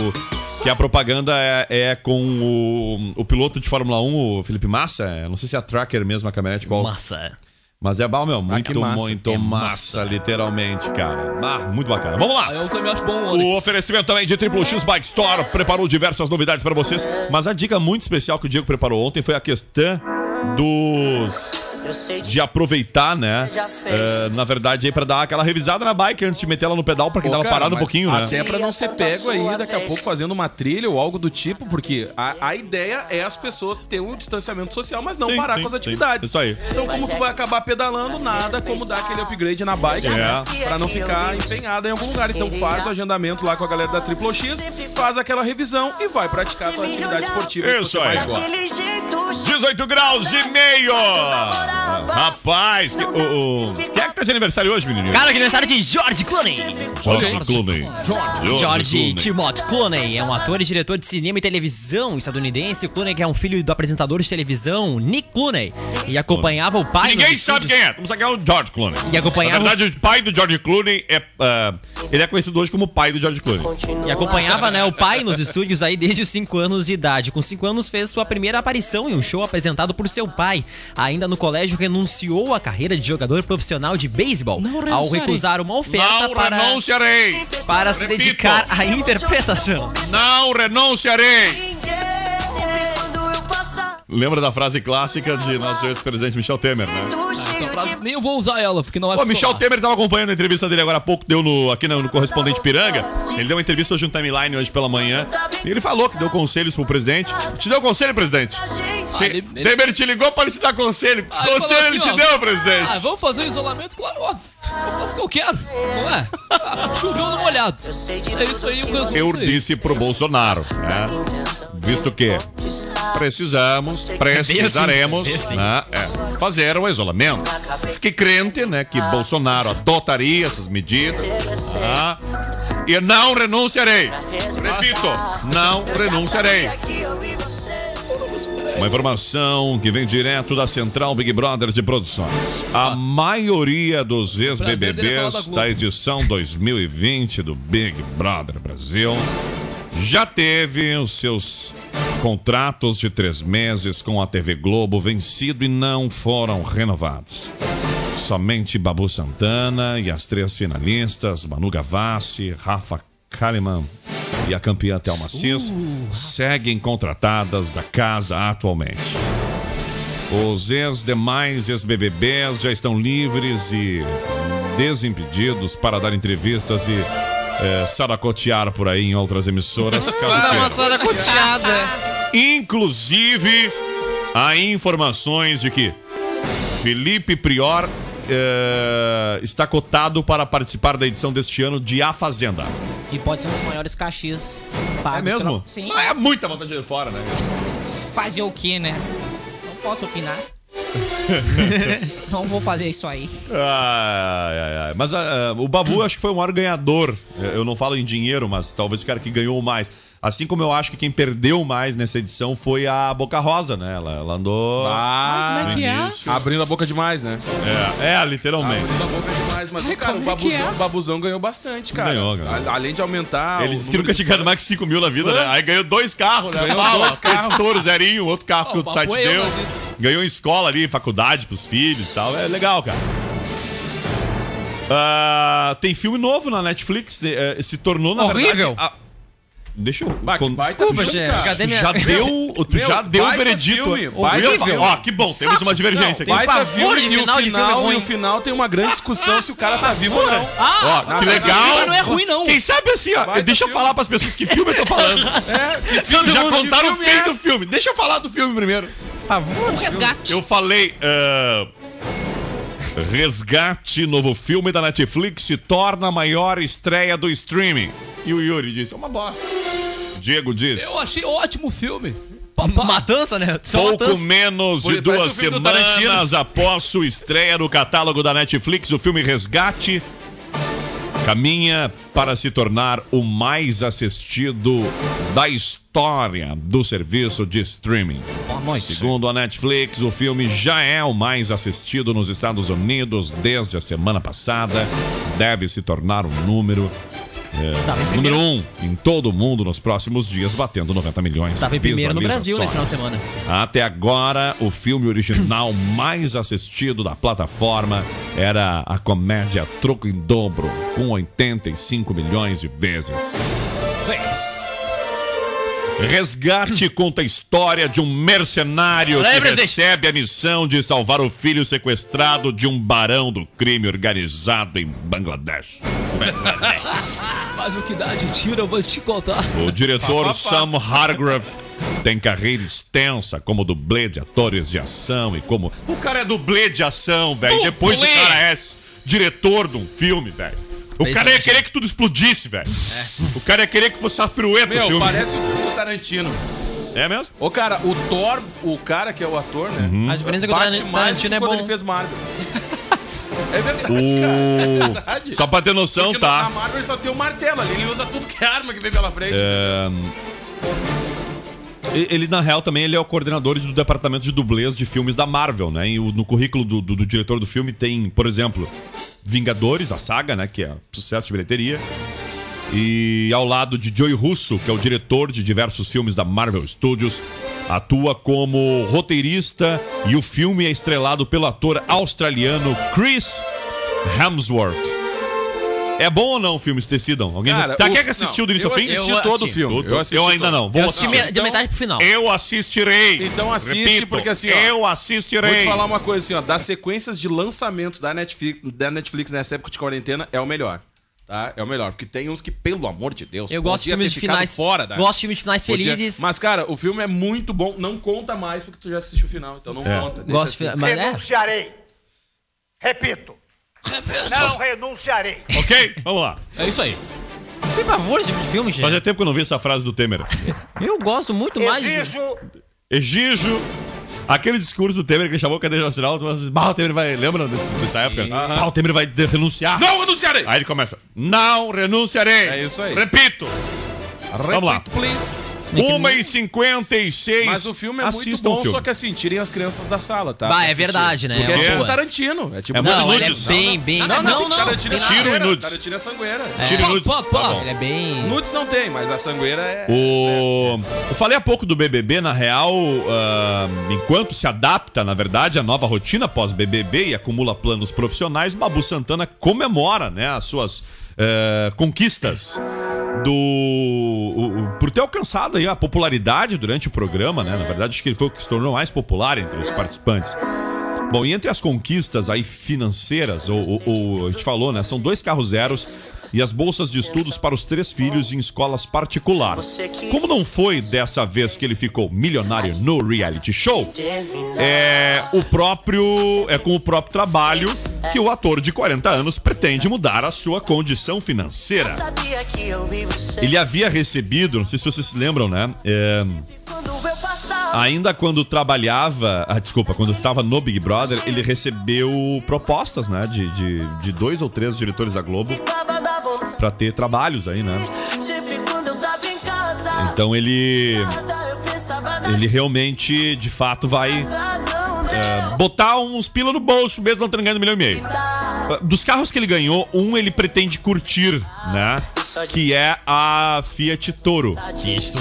Que a propaganda é, é com o, o piloto de Fórmula 1, o Felipe Massa. Eu Não sei se é a Tracker mesmo, a caminhonete qual. Massa. Mas é bom, meu. Muito, Ah, que massa. muito É massa, literalmente, cara. Ah, muito bacana. Vamos é lá. um Eu também acho bom o O Onix. oferecimento também de Triple X Bike Store preparou diversas novidades para vocês, mas a dica muito especial que o Diego preparou ontem foi a questão dos de aproveitar, né? eh, na verdade, aí para dar aquela revisada na bike antes de meter ela no pedal para quem Pô, tava cara, parado um mas pouquinho, né? Até pra não ser pego aí daqui a pouco fazendo uma trilha ou algo do tipo, porque a, a ideia é as pessoas terem um distanciamento social, mas não Sim, parar sim, com as sim. atividades. Isso aí. Então, como tu vai acabar pedalando, nada como dar aquele upgrade na bike É. pra não ficar empenhado em algum lugar. Então, faz o agendamento lá com a galera da Triplo X, faz aquela revisão e vai praticar a tua atividade esportiva. que Isso você aí. mais gosta. 18 graus e meio! Rapaz, que, o, o- quem é que tá de aniversário hoje, menino? Cara, aniversário de George Clooney. George Clooney. George Clooney. Timothy Clooney é um ator e diretor de cinema e televisão estadunidense. O Clooney que é um filho do apresentador de televisão Nick Clooney e acompanhava o pai. Ninguém nos sabe é. estúdios- quem é. Vamos sacar o George Clooney. E acompanhava Na verdade, o pai do George Clooney é ah, Ele é conhecido hoje como o pai do George Clooney. E acompanhava né, o pai nos estúdios aí desde os 5 anos de idade. Com 5 anos fez sua primeira aparição em um show apresentado por seu pai. Ainda no colégio renunciou à carreira de jogador profissional de beisebol ao renunciarei. recusar uma oferta Não para renunciarei. para se Repito. dedicar à interpretação. Não renunciarei. Lembra da frase clássica de nosso ex-presidente Michel Temer, Ah, né? Essa frase, nem eu vou usar ela, porque não vai Pô, Michel funcionar. Temer tava acompanhando a entrevista dele agora há pouco, deu no, aqui no, no Correspondente Piranga. Ele deu uma entrevista hoje no timeline, hoje pela manhã. E ele falou que deu conselhos pro presidente. Te deu conselho, presidente? Te- Ah, ele- ele- Temer te ligou pra ele te dar conselho. Ah, ele falou conselho ele aqui, te ó, deu, presidente. Ah, vamos fazer o isolamento? Claro, ó. Eu faço o que eu quero, não é? Ah, Choveu no molhado. É isso aí, o resumo Eu disso aí. disse pro Bolsonaro, né? Visto que precisamos, precisaremos É bem assim, né, é, fazer o isolamento. Fiquei crente, né, que Ah. Bolsonaro adotaria essas medidas. tá? E não renunciarei. Repito, não renunciarei. Uma informação que vem direto da Central Big Brother de Produções. A maioria dos Ah. Prazer dele falar da ex-BBBs Globo. da edição 2020 do Big Brother Brasil já teve os seus contratos de três meses com a TV Globo vencido e não foram renovados. Somente Babu Santana e as três finalistas, Manu Gavassi, Rafa Kalimann e a campeã Thelma Cis, seguem contratadas da casa atualmente. Os ex demais ex-BBBs já estão livres e desimpedidos para dar entrevistas e eh, saracotear por aí em outras emissoras. caso Dá queiram. uma saracoteada. Inclusive, há informações de que Felipe Prior eh, está cotado para participar da edição deste ano de A Fazenda. E pode ser um dos maiores cachês pagos. É mesmo? pela- Sim. Mas é muita vontade de ir fora, né? Fazer o quê, né? Não posso opinar. não vou fazer isso aí. Ai, ai, ai. Mas ah, ah, o Babu acho que foi o maior ganhador. Eh, Eu não falo em dinheiro, mas talvez o cara que ganhou mais. Assim como eu acho que quem perdeu mais nessa edição foi a Boca Rosa, né? Ela, ela andou. Ah, no início. Abrindo a boca demais, né? É, é, literalmente. Abrindo a boca demais, Ah, mas, cara, o como é que babuzão, é? o babuzão ganhou bastante, cara. Ganhou, ganhou. A- Além de aumentar. Ele o disse que número nunca de tinha ganhado mais que 5 mil na vida, né? Aí ganhou dois carros, né? Ganhou Bala, dois carros. Editor, zerinho, outro carro que Ó, o o site papo é deu. eu, né? Ganhou escola ali, faculdade pros filhos e tal. É legal, cara. Ah, tem filme novo na Netflix, de- eh, se tornou, na Horrível. verdade... a- Deixa eu. Bah, que quando- baita tu filme, já- cara. tu Cadê minha- já deu, tu Meu, já deu o baita veredito. filme, Eu baita ia falar, filme. Ó, que bom, temos uma divergência aqui. Não, baita pavor filme, de e o final final, de filme e ruim. Ah, o final tem uma grande discussão se o cara tá vivo ou não. Ó, mas que legal. não é ruim, não. Quem sabe assim, ó, Baita deixa eu filme. falar pras pessoas que filme eu tô falando. Todo já mundo que contaram o filme fim é? do filme. Deixa eu falar do filme primeiro. Um resgate. Eu falei. ah, Resgate, novo filme da Netflix, se torna a maior estreia do streaming. E o Yuri disse: é uma bosta. Diego disse: Eu achei ótimo o filme. Papá. Matança, né? Só Pouco matança. menos de Por- parece duas o filme do Tarantino. semanas após sua estreia no catálogo da Netflix, o filme Resgate caminha para se tornar o mais assistido da história do serviço de streaming. Boa noite. Segundo a Netflix, o filme já é o mais assistido nos Estados Unidos desde a semana passada. Deve se tornar o número. é, número um em todo o mundo nos próximos dias, batendo 90 milhões. de Tava em primeiro no Brasil nesse final de visualizações. semana. Até agora, o filme original mais assistido da plataforma era a comédia Troco em Dobro, com 85 milhões de vezes. Resgate conta a história de um mercenário que Lembre-se. recebe a missão de salvar o filho sequestrado de um barão do crime organizado em Bangladesh. Mas o que dá de tiro, eu vou te contar. O diretor Papapá. Sam Hargrave tem carreira extensa como dublê de atores de ação e como. O cara é dublê de ação, velho. Dublê! Depois o cara é s- diretor de um filme, velho. O um cara ia querer que tudo explodisse, velho. O cara ia querer que fosse uma pirueta o É. Meu, filme. parece o filme do Tarantino. É mesmo? Ô, cara, o Thor, o cara que é o ator, né? Uhum. A diferença é que o Bate mais Taran- do Tarantino que é quando bom. ele fez Marvel. É verdade, O- cara. É verdade. Só pra ter noção, Porque tá? Na Marvel ele só tem o martelo ali, ele usa tudo que é arma que vem pela frente. É, E- Ele, na real, também ele é o coordenador do departamento de dublês de filmes da Marvel, né? E o- no currículo do, do- do diretor do filme tem, por exemplo, Vingadores, a saga, né? Que é sucesso de bilheteria. E ao lado de Joey Russo, que é o diretor de diversos filmes da Marvel Studios, atua como roteirista e o filme é estrelado pelo ator australiano Chris Hemsworth. É bom ou não o filme, se decidam? Alguém já... Cara, Tá, o- quem é que assistiu não, do início eu ao fim? assisti Eu todo assisti. o filme, eu Eu, assisti todo. ainda não. Vou Eu assistir. assisti me- Então, de metade é pro final. Eu assistirei. Então assiste, Repito, porque assim, ó, Eu assistirei. Vou te falar uma coisa assim, ó. Das sequências de lançamentos da Netflix, da Netflix nessa época de quarentena, é o melhor. Tá? É o melhor. Porque tem uns que, pelo amor de Deus, Eu gosto de podia filmes ter de ficado finais- fora da... gosto de filmes de finais Podia- felizes. Mas, cara, o filme é muito bom. Não conta mais porque tu já assistiu o final. Então não É. conta. deixa Gosto de assim. fi- mas é. Renunciarei. Repito. Não renunciarei. Ok, vamos lá. É isso aí. Tem pavor esse tipo de filme, gente? Fazia tempo que eu não vi essa frase do Temer. Eu gosto muito mais. de- Exijo Exijo. Aquele discurso do Temer que ele chamou a cadeia nacional, tu fala assim, bah, o Temer vai. Lembra desse- dessa época? Bah, o Temer vai de- renunciar. Não renunciarei! Aí ele começa. Não renunciarei! É isso aí. Repito! Vamos lá. Repito, please. 1h56. Mas o filme é muito Assistam o bom, filme. só que assim, tirem as crianças da sala, tá? Bah, Pra é assistir. verdade, né? Porque É é, uma tipo boa. Tarantino. É tipo É muito Não, ele é nudes. bem, bem. Não, não, não, não. Tarantino é Tiro e sangueira. nudes. Tarantino é sangueira. Tire Pô, nudes. pô, pô. Tá bom. Ele é bem. Nudes não tem, mas a sangueira é. O... Eu falei há pouco do BBB, na real, ah, enquanto se adapta, na verdade, à nova rotina pós-BBB e acumula planos profissionais, Babu Santana comemora né, as suas eh, conquistas do o- o- por ter alcançado aí a popularidade durante o programa, né? Na verdade, acho que ele foi o que se tornou mais popular entre os participantes. Bom, e entre as conquistas aí financeiras, ou, ou- ou- a gente falou, né? São dois carros zeros e as bolsas de estudos para os três filhos em escolas particulares. Como não foi dessa vez que ele ficou milionário no reality show, é o próprio é com o próprio trabalho que o ator de 40 anos pretende mudar a sua condição financeira. Ele havia recebido, não sei se vocês se lembram, né? É, Ainda quando trabalhava, ah, desculpa, quando estava no Big Brother, ele recebeu propostas, né, de, de, de dois ou três diretores da Globo pra ter trabalhos aí, né? Então ele ele realmente, de fato, vai é, botar uns pila no bolso mesmo não tendo ganhado um milhão e meio. Ah, Dos carros que ele ganhou, um ele pretende curtir, né? Que é a Fiat Toro.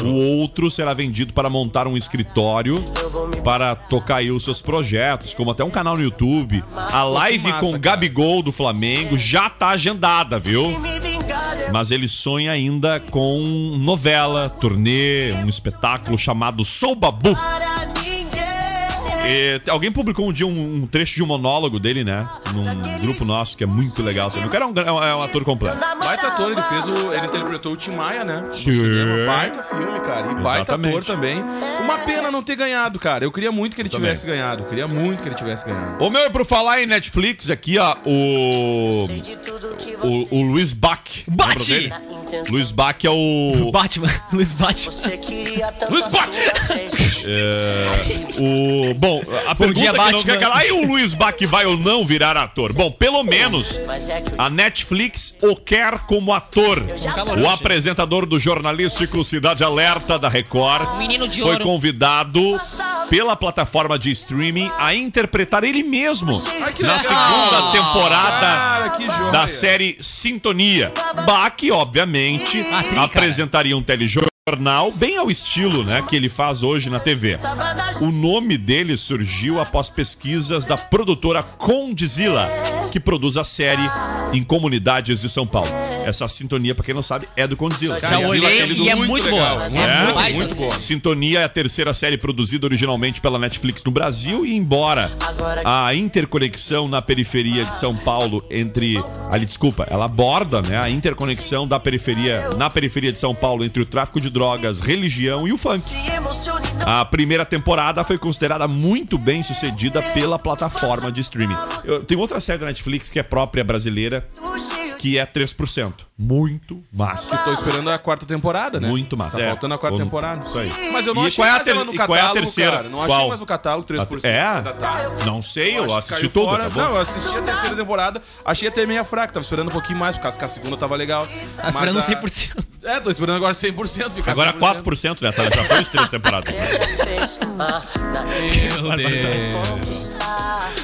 O outro será vendido para montar um escritório para tocar aí os seus projetos, como até um canal no YouTube. A live massa, com cara. Gabigol do Flamengo já tá agendada, viu? é Mas ele sonha ainda com novela, turnê, um espetáculo chamado Sou Babu. E te- alguém publicou um dia um, um trecho de um monólogo dele, né? Num grupo nosso que é muito legal. Assim. O cara é um, gra- é um- é um ator completo. Baita ator, ele fez o. Ele interpretou o Tim Maia, né? No Sim. cinema. Baita filme, cara. E baita ator Exatamente. também. Uma pena não ter ganhado, cara. Eu queria muito que ele também. tivesse ganhado. Queria muito que ele tivesse ganhado. O meu é por falar em Netflix aqui, ó. O. O, o Luiz Bach. Lembra Bate! dele? Luiz Bach é o. Batman, Luiz Batman. Luiz O... Bom, a Bom pergunta Um dia, que não Batman. quer calar, e o Luiz Bach vai ou não virar ator? Bom, pelo menos a Netflix o quer como ator. O apresentador do jornalístico Cidade Alerta da Record um Menino de foi ouro. convidado pela plataforma de streaming a interpretar ele mesmo que na legal. segunda temporada Cara, que joia. da série Sintonia. Bach, obviamente, cara. apresentaria um telejornal bem ao estilo né, que ele faz hoje na TV. O nome dele surgiu após pesquisas da produtora Condizila, que produz a série em comunidades de São Paulo. Essa sintonia, pra quem não sabe, é do Condizila. Já Aliás, olhei aquele do e é muito muito, legal. boa. É, É, muito, muito muito boa. boa. Sintonia é a terceira série produzida originalmente pela Netflix no Brasil e embora a interconexão na periferia de São Paulo entre ali desculpa, ela aborda, né, a interconexão da periferia na periferia de São Paulo entre o tráfico de drogas, religião e o funk. A primeira temporada foi considerada muito bem sucedida pela plataforma de streaming. Eu- tem outra série da Netflix que é própria brasileira, que é 3%. Muito massa. Eu tô esperando a quarta temporada, né? Muito massa. Tá É. faltando a quarta Ou- temporada. Isso aí. Mas eu não E achei qual é a mais ter- ela no e qual é a catálogo, terceira? cara. Não Qual? achei mais o catálogo 3%. É? da tarde. Não sei, eu Ah, acho que assisti caiu tudo, tá fora. acabou. Não, eu assisti a terceira temporada, achei até meio fraca, tava esperando um pouquinho mais, porque a segunda tava legal. Ah, Tá esperando a- 100%. É, tô esperando agora 100%. Ficar Agora 100%. 4%, né, Thalys? Já foi as três temporadas. É, Meu Deus.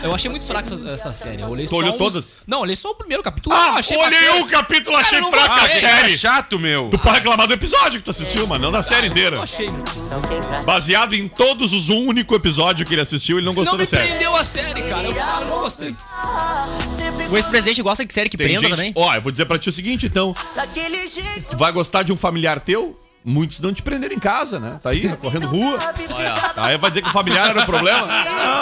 Eu achei muito fraca essa, essa série. Eu olhei Tu só olhou uns- todas? Não, olhei só o primeiro capítulo. Ah, eu achei olhei bacana. um capítulo, Cara, achei eu não fraca a gostei. Ah, é série. chato, meu. Tu pode reclamar do episódio que tu assistiu, mano, não da série inteira. Eu achei. Baseado em todos os um único episódio que ele assistiu, ele não gostou Não me da série. prendeu a série, cara. Eu, eu não gostei. O ex-presidente gosta de série que Tem prenda gente- também. Ó, eu vou dizer pra ti o seguinte, então. Daquele jeito. Tu vai gostar de um familiar teu? Muitos não te prenderam em casa, né? Tá aí, correndo rua. Aí vai dizer que o familiar era o problema?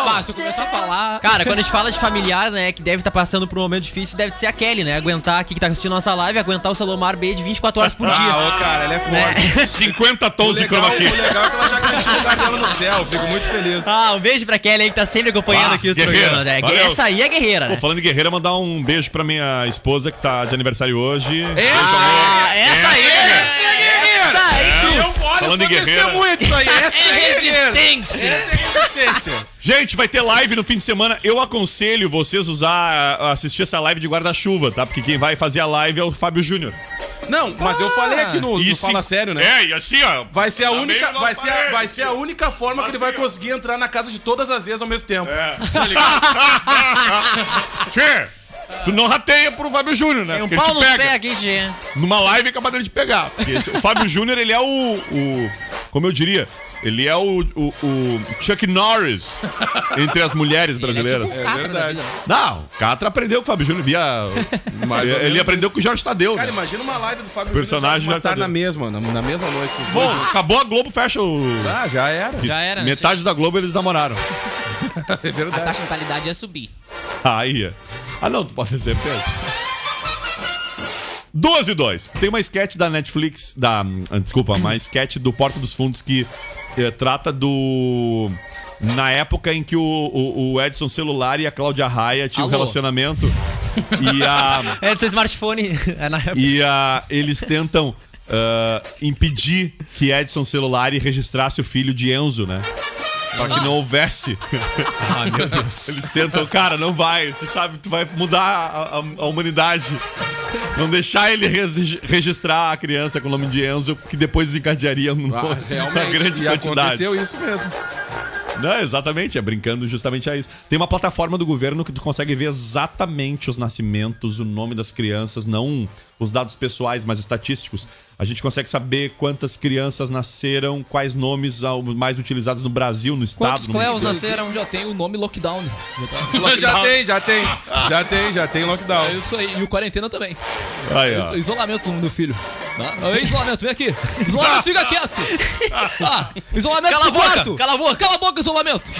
Pá, se eu começar a falar. Cara, quando a gente fala de familiar, né, que deve estar passando por um momento difícil, deve ser a Kelly, né? Aguentar aqui que tá assistindo nossa live, aguentar o Salomar B de 24 horas por dia. Ah, ô, cara, ela é forte. 50 tons de legal, chroma key. o legal é que ela já ganhou o cabelo no céu, fico muito feliz. Ah, um beijo pra Kelly aí que tá sempre acompanhando Ah, aqui os guerreira. programas, né? Valeu. Essa aí é guerreira, Pô, né? falando em guerreira, mandar um beijo pra minha esposa que tá de aniversário hoje. É! Ah, essa aí! é Essa aí! Eu, olha, eu Falando sou em guerreira. testemunha disso aí. Essa é guerreira. Resistência! Essa é resistência. Gente, vai ter live no fim de semana. Eu aconselho vocês usar assistir essa live de guarda-chuva, tá? Porque quem vai fazer a live é o Fábio Júnior. É. Não, mas eu falei aqui no, no Isso- Fala Sério, né? É, e assim, ó. Vai ser a Também única, não vai ser a, parece. vai ser a única forma que ele vai conseguir entrar na casa de todas as vezes ao mesmo tempo. É. Tchê, tu não rateia pro Fábio Júnior, né? Tem um Porque ele pau te no pé pega. aqui, Tchê. Numa live é capaz dele te pegar. Porque esse- o Fábio Júnior, ele é o, o- Como eu diria, ele é o, o- o Chuck Norris entre as mulheres é tipo brasileiras. Catra da verdade. vida. Não, o Catra aprendeu com o Fábio Júnior via. um- ou ele menos aprendeu isso. com o Jorge Tadeu. Cara, né? imagina uma live do Fábio Personagem Júnior já já tá tá na mesma, na, na mesma noite. esses Bom, dois juntos. acabou a Globo, fecha o. ah, já era. que já era, né, Metade da Globo eles namoraram. É A verdade. taxa de natalidade ia subir. Aí. é. Ah, não, tu pode dizer, Pedro. 12 e 2. Tem uma sketch da Netflix, da. hum, Desculpa, uma sketch do Porta dos Fundos que eh, trata do. Na época em que o, o- o Edson Celular e a Cláudia Raia tinham um Alô. relacionamento. e a. É do seu smartphone. É na época. E ah, eles tentam ah, impedir que Edson Celulari registrasse o filho de Enzo, né? Pra que não houvesse. Ah, meu Deus. Eles tentam, cara, não vai. Você sabe, tu vai mudar a, a- a humanidade. Não deixar ele resi- registrar a criança com o nome de Enzo, que depois desencadearia um- Ah, uma realmente. grande e quantidade. aconteceu isso mesmo. Não, exatamente, é brincando justamente a isso. Tem uma plataforma do governo que tu consegue ver exatamente os nascimentos, o nome das crianças, não os dados pessoais, mas estatísticos. A gente consegue saber quantas crianças nasceram, quais nomes ao- mais utilizados no Brasil, no estado, Quantos Tá, no Cleos município. nasceram já tem o nome Lockdown. Já tá- já tem, já tem. Já tem, já tem lockdown. É isso aí. E o quarentena também. Aí, Iso- ó. Isolamento do do filho. Tá? Ô, Isolamento, vem aqui. Isolamento, fica quieto. Ah, isolamento Cala a pro boca, quarto. cala a boca. Cala a boca, isolamento.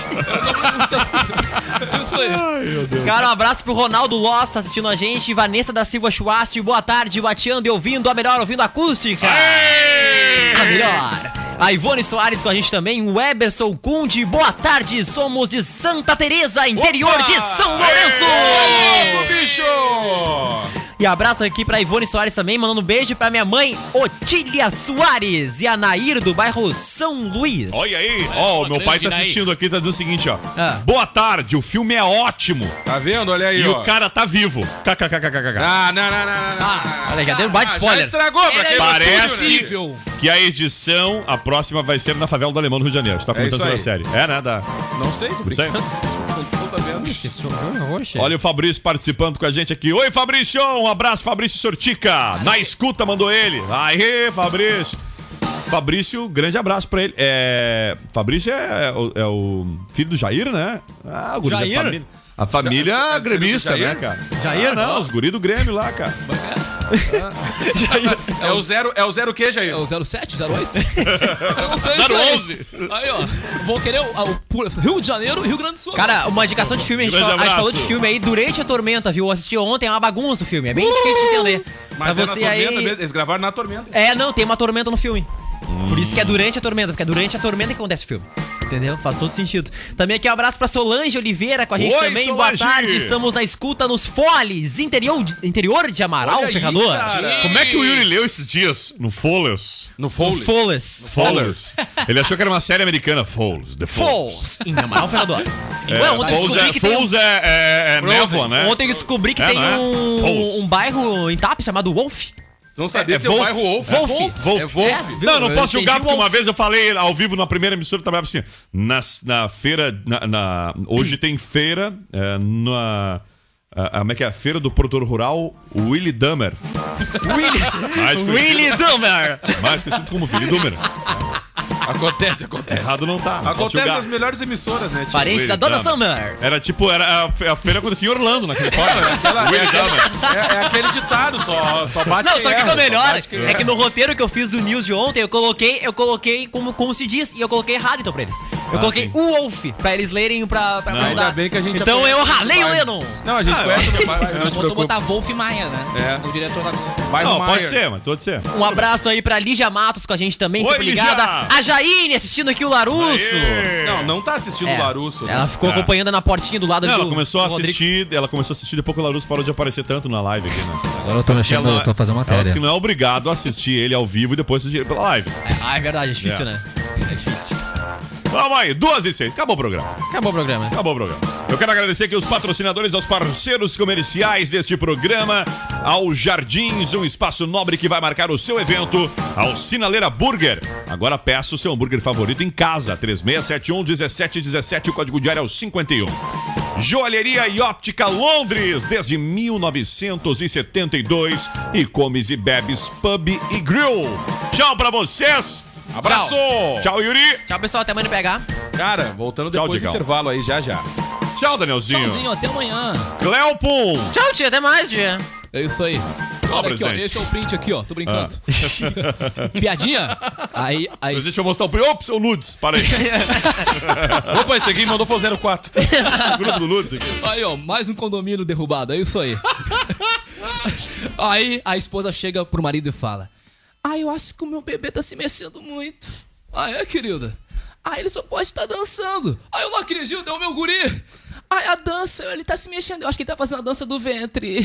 Isso aí. Cara, um abraço pro Ronaldo Loss, tá assistindo a gente. Vanessa da Silva Chuasti, boa tarde, bateando e ouvindo a melhor, ouvindo acústica. A melhor. A Ivone Soares com a gente também, o Eberson Cunde, boa tarde, somos de Santa Teresa, interior de São Lourenço. Ô, bicho! E abraço aqui pra Ivone Soares também, mandando um beijo pra minha mãe, Otília Soares, e a Nair do bairro São Luís. Olha É aí, ó, o meu pai tá grande assistindo aqui, tá dizendo o seguinte, ó. Ah. Boa tarde, o filme é ótimo Tá vendo? Olha aí, e ó. o cara tá vivo. KKKKKK. Ah, não, não, não, não, não. Olha, já deu um baita já spoiler. estragou pra quem não assistiu, né? Parece que a edição, a próxima vai ser na favela do Alemão no Rio de Janeiro. Você tá comentando isso aí. sobre a série. É, né? Da... Não sei, tô Não sei. brincando. Não tô sabendo. Olha o Fabrício participando com a gente aqui. Oi, Fabrício! Um abraço, Fabrício Sortica. Na escuta mandou ele. Aê, Fabrício! Fabrício, grande abraço pra ele. É, Fabrício é, é o- é o filho do Jair, né? Ah, o guri Jair? da família. A família Ja- é filho do gremista, Jair? né, cara? Jair? Ah, não, os guri do Grêmio lá, cara. É o zero, é o zero o quê, É Jair? o 07, 08? Eu não sei isso aí. 011. Aí, ó. Vou querer o, o puro- Rio de Janeiro e Rio Grande do Sul. Cara, uma indicação de filme, a gente, Grande falou, a gente abraço. falou de filme aí durante a tormenta, viu? Eu assisti ontem, é uma bagunça o filme, é bem difícil de entender. Mas Mas é na você tormenta aí. mesmo. Eles gravaram na tormenta. Hum. É, não, tem uma tormenta no filme. Por isso que é durante a tormenta, porque é durante a tormenta que acontece o filme. entendeu? Faz todo sentido. Também aqui um abraço pra Solange Oliveira com a gente Oi, também. Solange! Boa tarde, estamos na escuta nos Foles, interior de, interior de Amaral, Ferrador. Como é que o Yuri leu esses dias? No Foles? No Foles. Foles. Foles. Ele achou que era uma série americana. Foles. The Foles. Foles, em Amaral, Ferrador. É, Ué, ontem eu Foles descobri é- que tem um- Foles é- é- é névoa, né? Ontem eu descobri que É, tem não é? Foles. um, um bairro em Tap chamado Wolf. Não É, é Wolf. É Wolf. Wolf. É, viu? não, não Eu posso julgar, entendi porque uma Wolf. vez eu falei ao vivo na primeira emissora, eu trabalhava assim, na, na feira, na, na- hoje tem feira, é, na... a- a- Como é que é? A feira do produtor rural Willy Dummer. Mais conhecido- Willy Dummer. Mais conhecido como Willy Dummer. Acontece, acontece. Errado não tá. não posso Acontece julgar. nas melhores emissoras, né? Willy Dummer. Era tipo, era a, fe- a feira acontecia em Orlando naquele fora. né? Willy Dummer. É, é aquele ditado, só, só bate Não, quem só que erra, o melhor bate quem é erra. que no roteiro que eu fiz do news de ontem, eu coloquei, eu coloquei como, como se diz, e eu coloquei errado então pra eles. Ah, Eu coloquei sim. o Wolf pra eles lerem pra, pra Não, ainda bem que a gente Então apanha- eu ralei o Vai. Lennon. Não, a gente conhece né? o Vai, não Mas se botou preocupe. botar Wolf Maia, né? É. O diretor da. Não, pode ser, mas pode ser. Um abraço aí pra Lígia Matos com a gente também, Oi, sempre ligada. Lígia! A Jaine assistindo aqui o Larusso. Não, não tá assistindo É. o Larusso. Ela ficou É. acompanhando na portinha do lado Não, do ela começou a do Rodrigo. assistir, ela começou a assistir depois que o Larus parou de aparecer tanto na live aqui, né? Agora eu tô Acho que mexendo, ela- eu tô fazendo Ela disse que matéria. não é obrigado a assistir ele ao vivo e depois assistir ele pela live. Ah, é verdade, é difícil, né? É difícil. Vamos aí, duas e seis. Acabou o programa. Acabou o programa. Acabou o Tá programa. Eu quero agradecer aqui os patrocinadores, aos parceiros comerciais deste programa, ao Jardins, um espaço nobre que vai marcar o seu evento, ao Sinaleira Burger. Agora peça o seu hambúrguer favorito em casa, 3671 1717, o código diário é o 51. Joalheria e Óptica Londres, desde 1972, e comes e bebes pub e grill. Tchau pra vocês! Abraço! Tchau, Tchau Yuri! Tchau, pessoal, até amanhã no PH. Cara, voltando Tchau, depois do Digão. intervalo aí, já já. Tchau, Danielzinho. Tchauzinho, até amanhã. Cleopum! Tchau, tia, até mais, tia. É isso aí. Olha aqui, ó, presidente. esse é o print aqui, ó. Tô brincando. Ah. Piadinha? Aí, aí. Mas deixa eu mostrar o print. Ops, é o Nudes, para aí. Opa, esse aqui mandou fazer o 4. Grupo do Nudes aqui. Aí, ó, mais um condomínio derrubado, é isso aí. aí a esposa chega pro marido e fala: Ah, eu acho que o meu bebê tá se mexendo muito. Ah, é, querida? Ah, ele só pode estar dançando. Ah, eu não acredito, é o meu guri. Ah, a dança, ele tá se mexendo. Eu acho que ele tá fazendo a dança do ventre.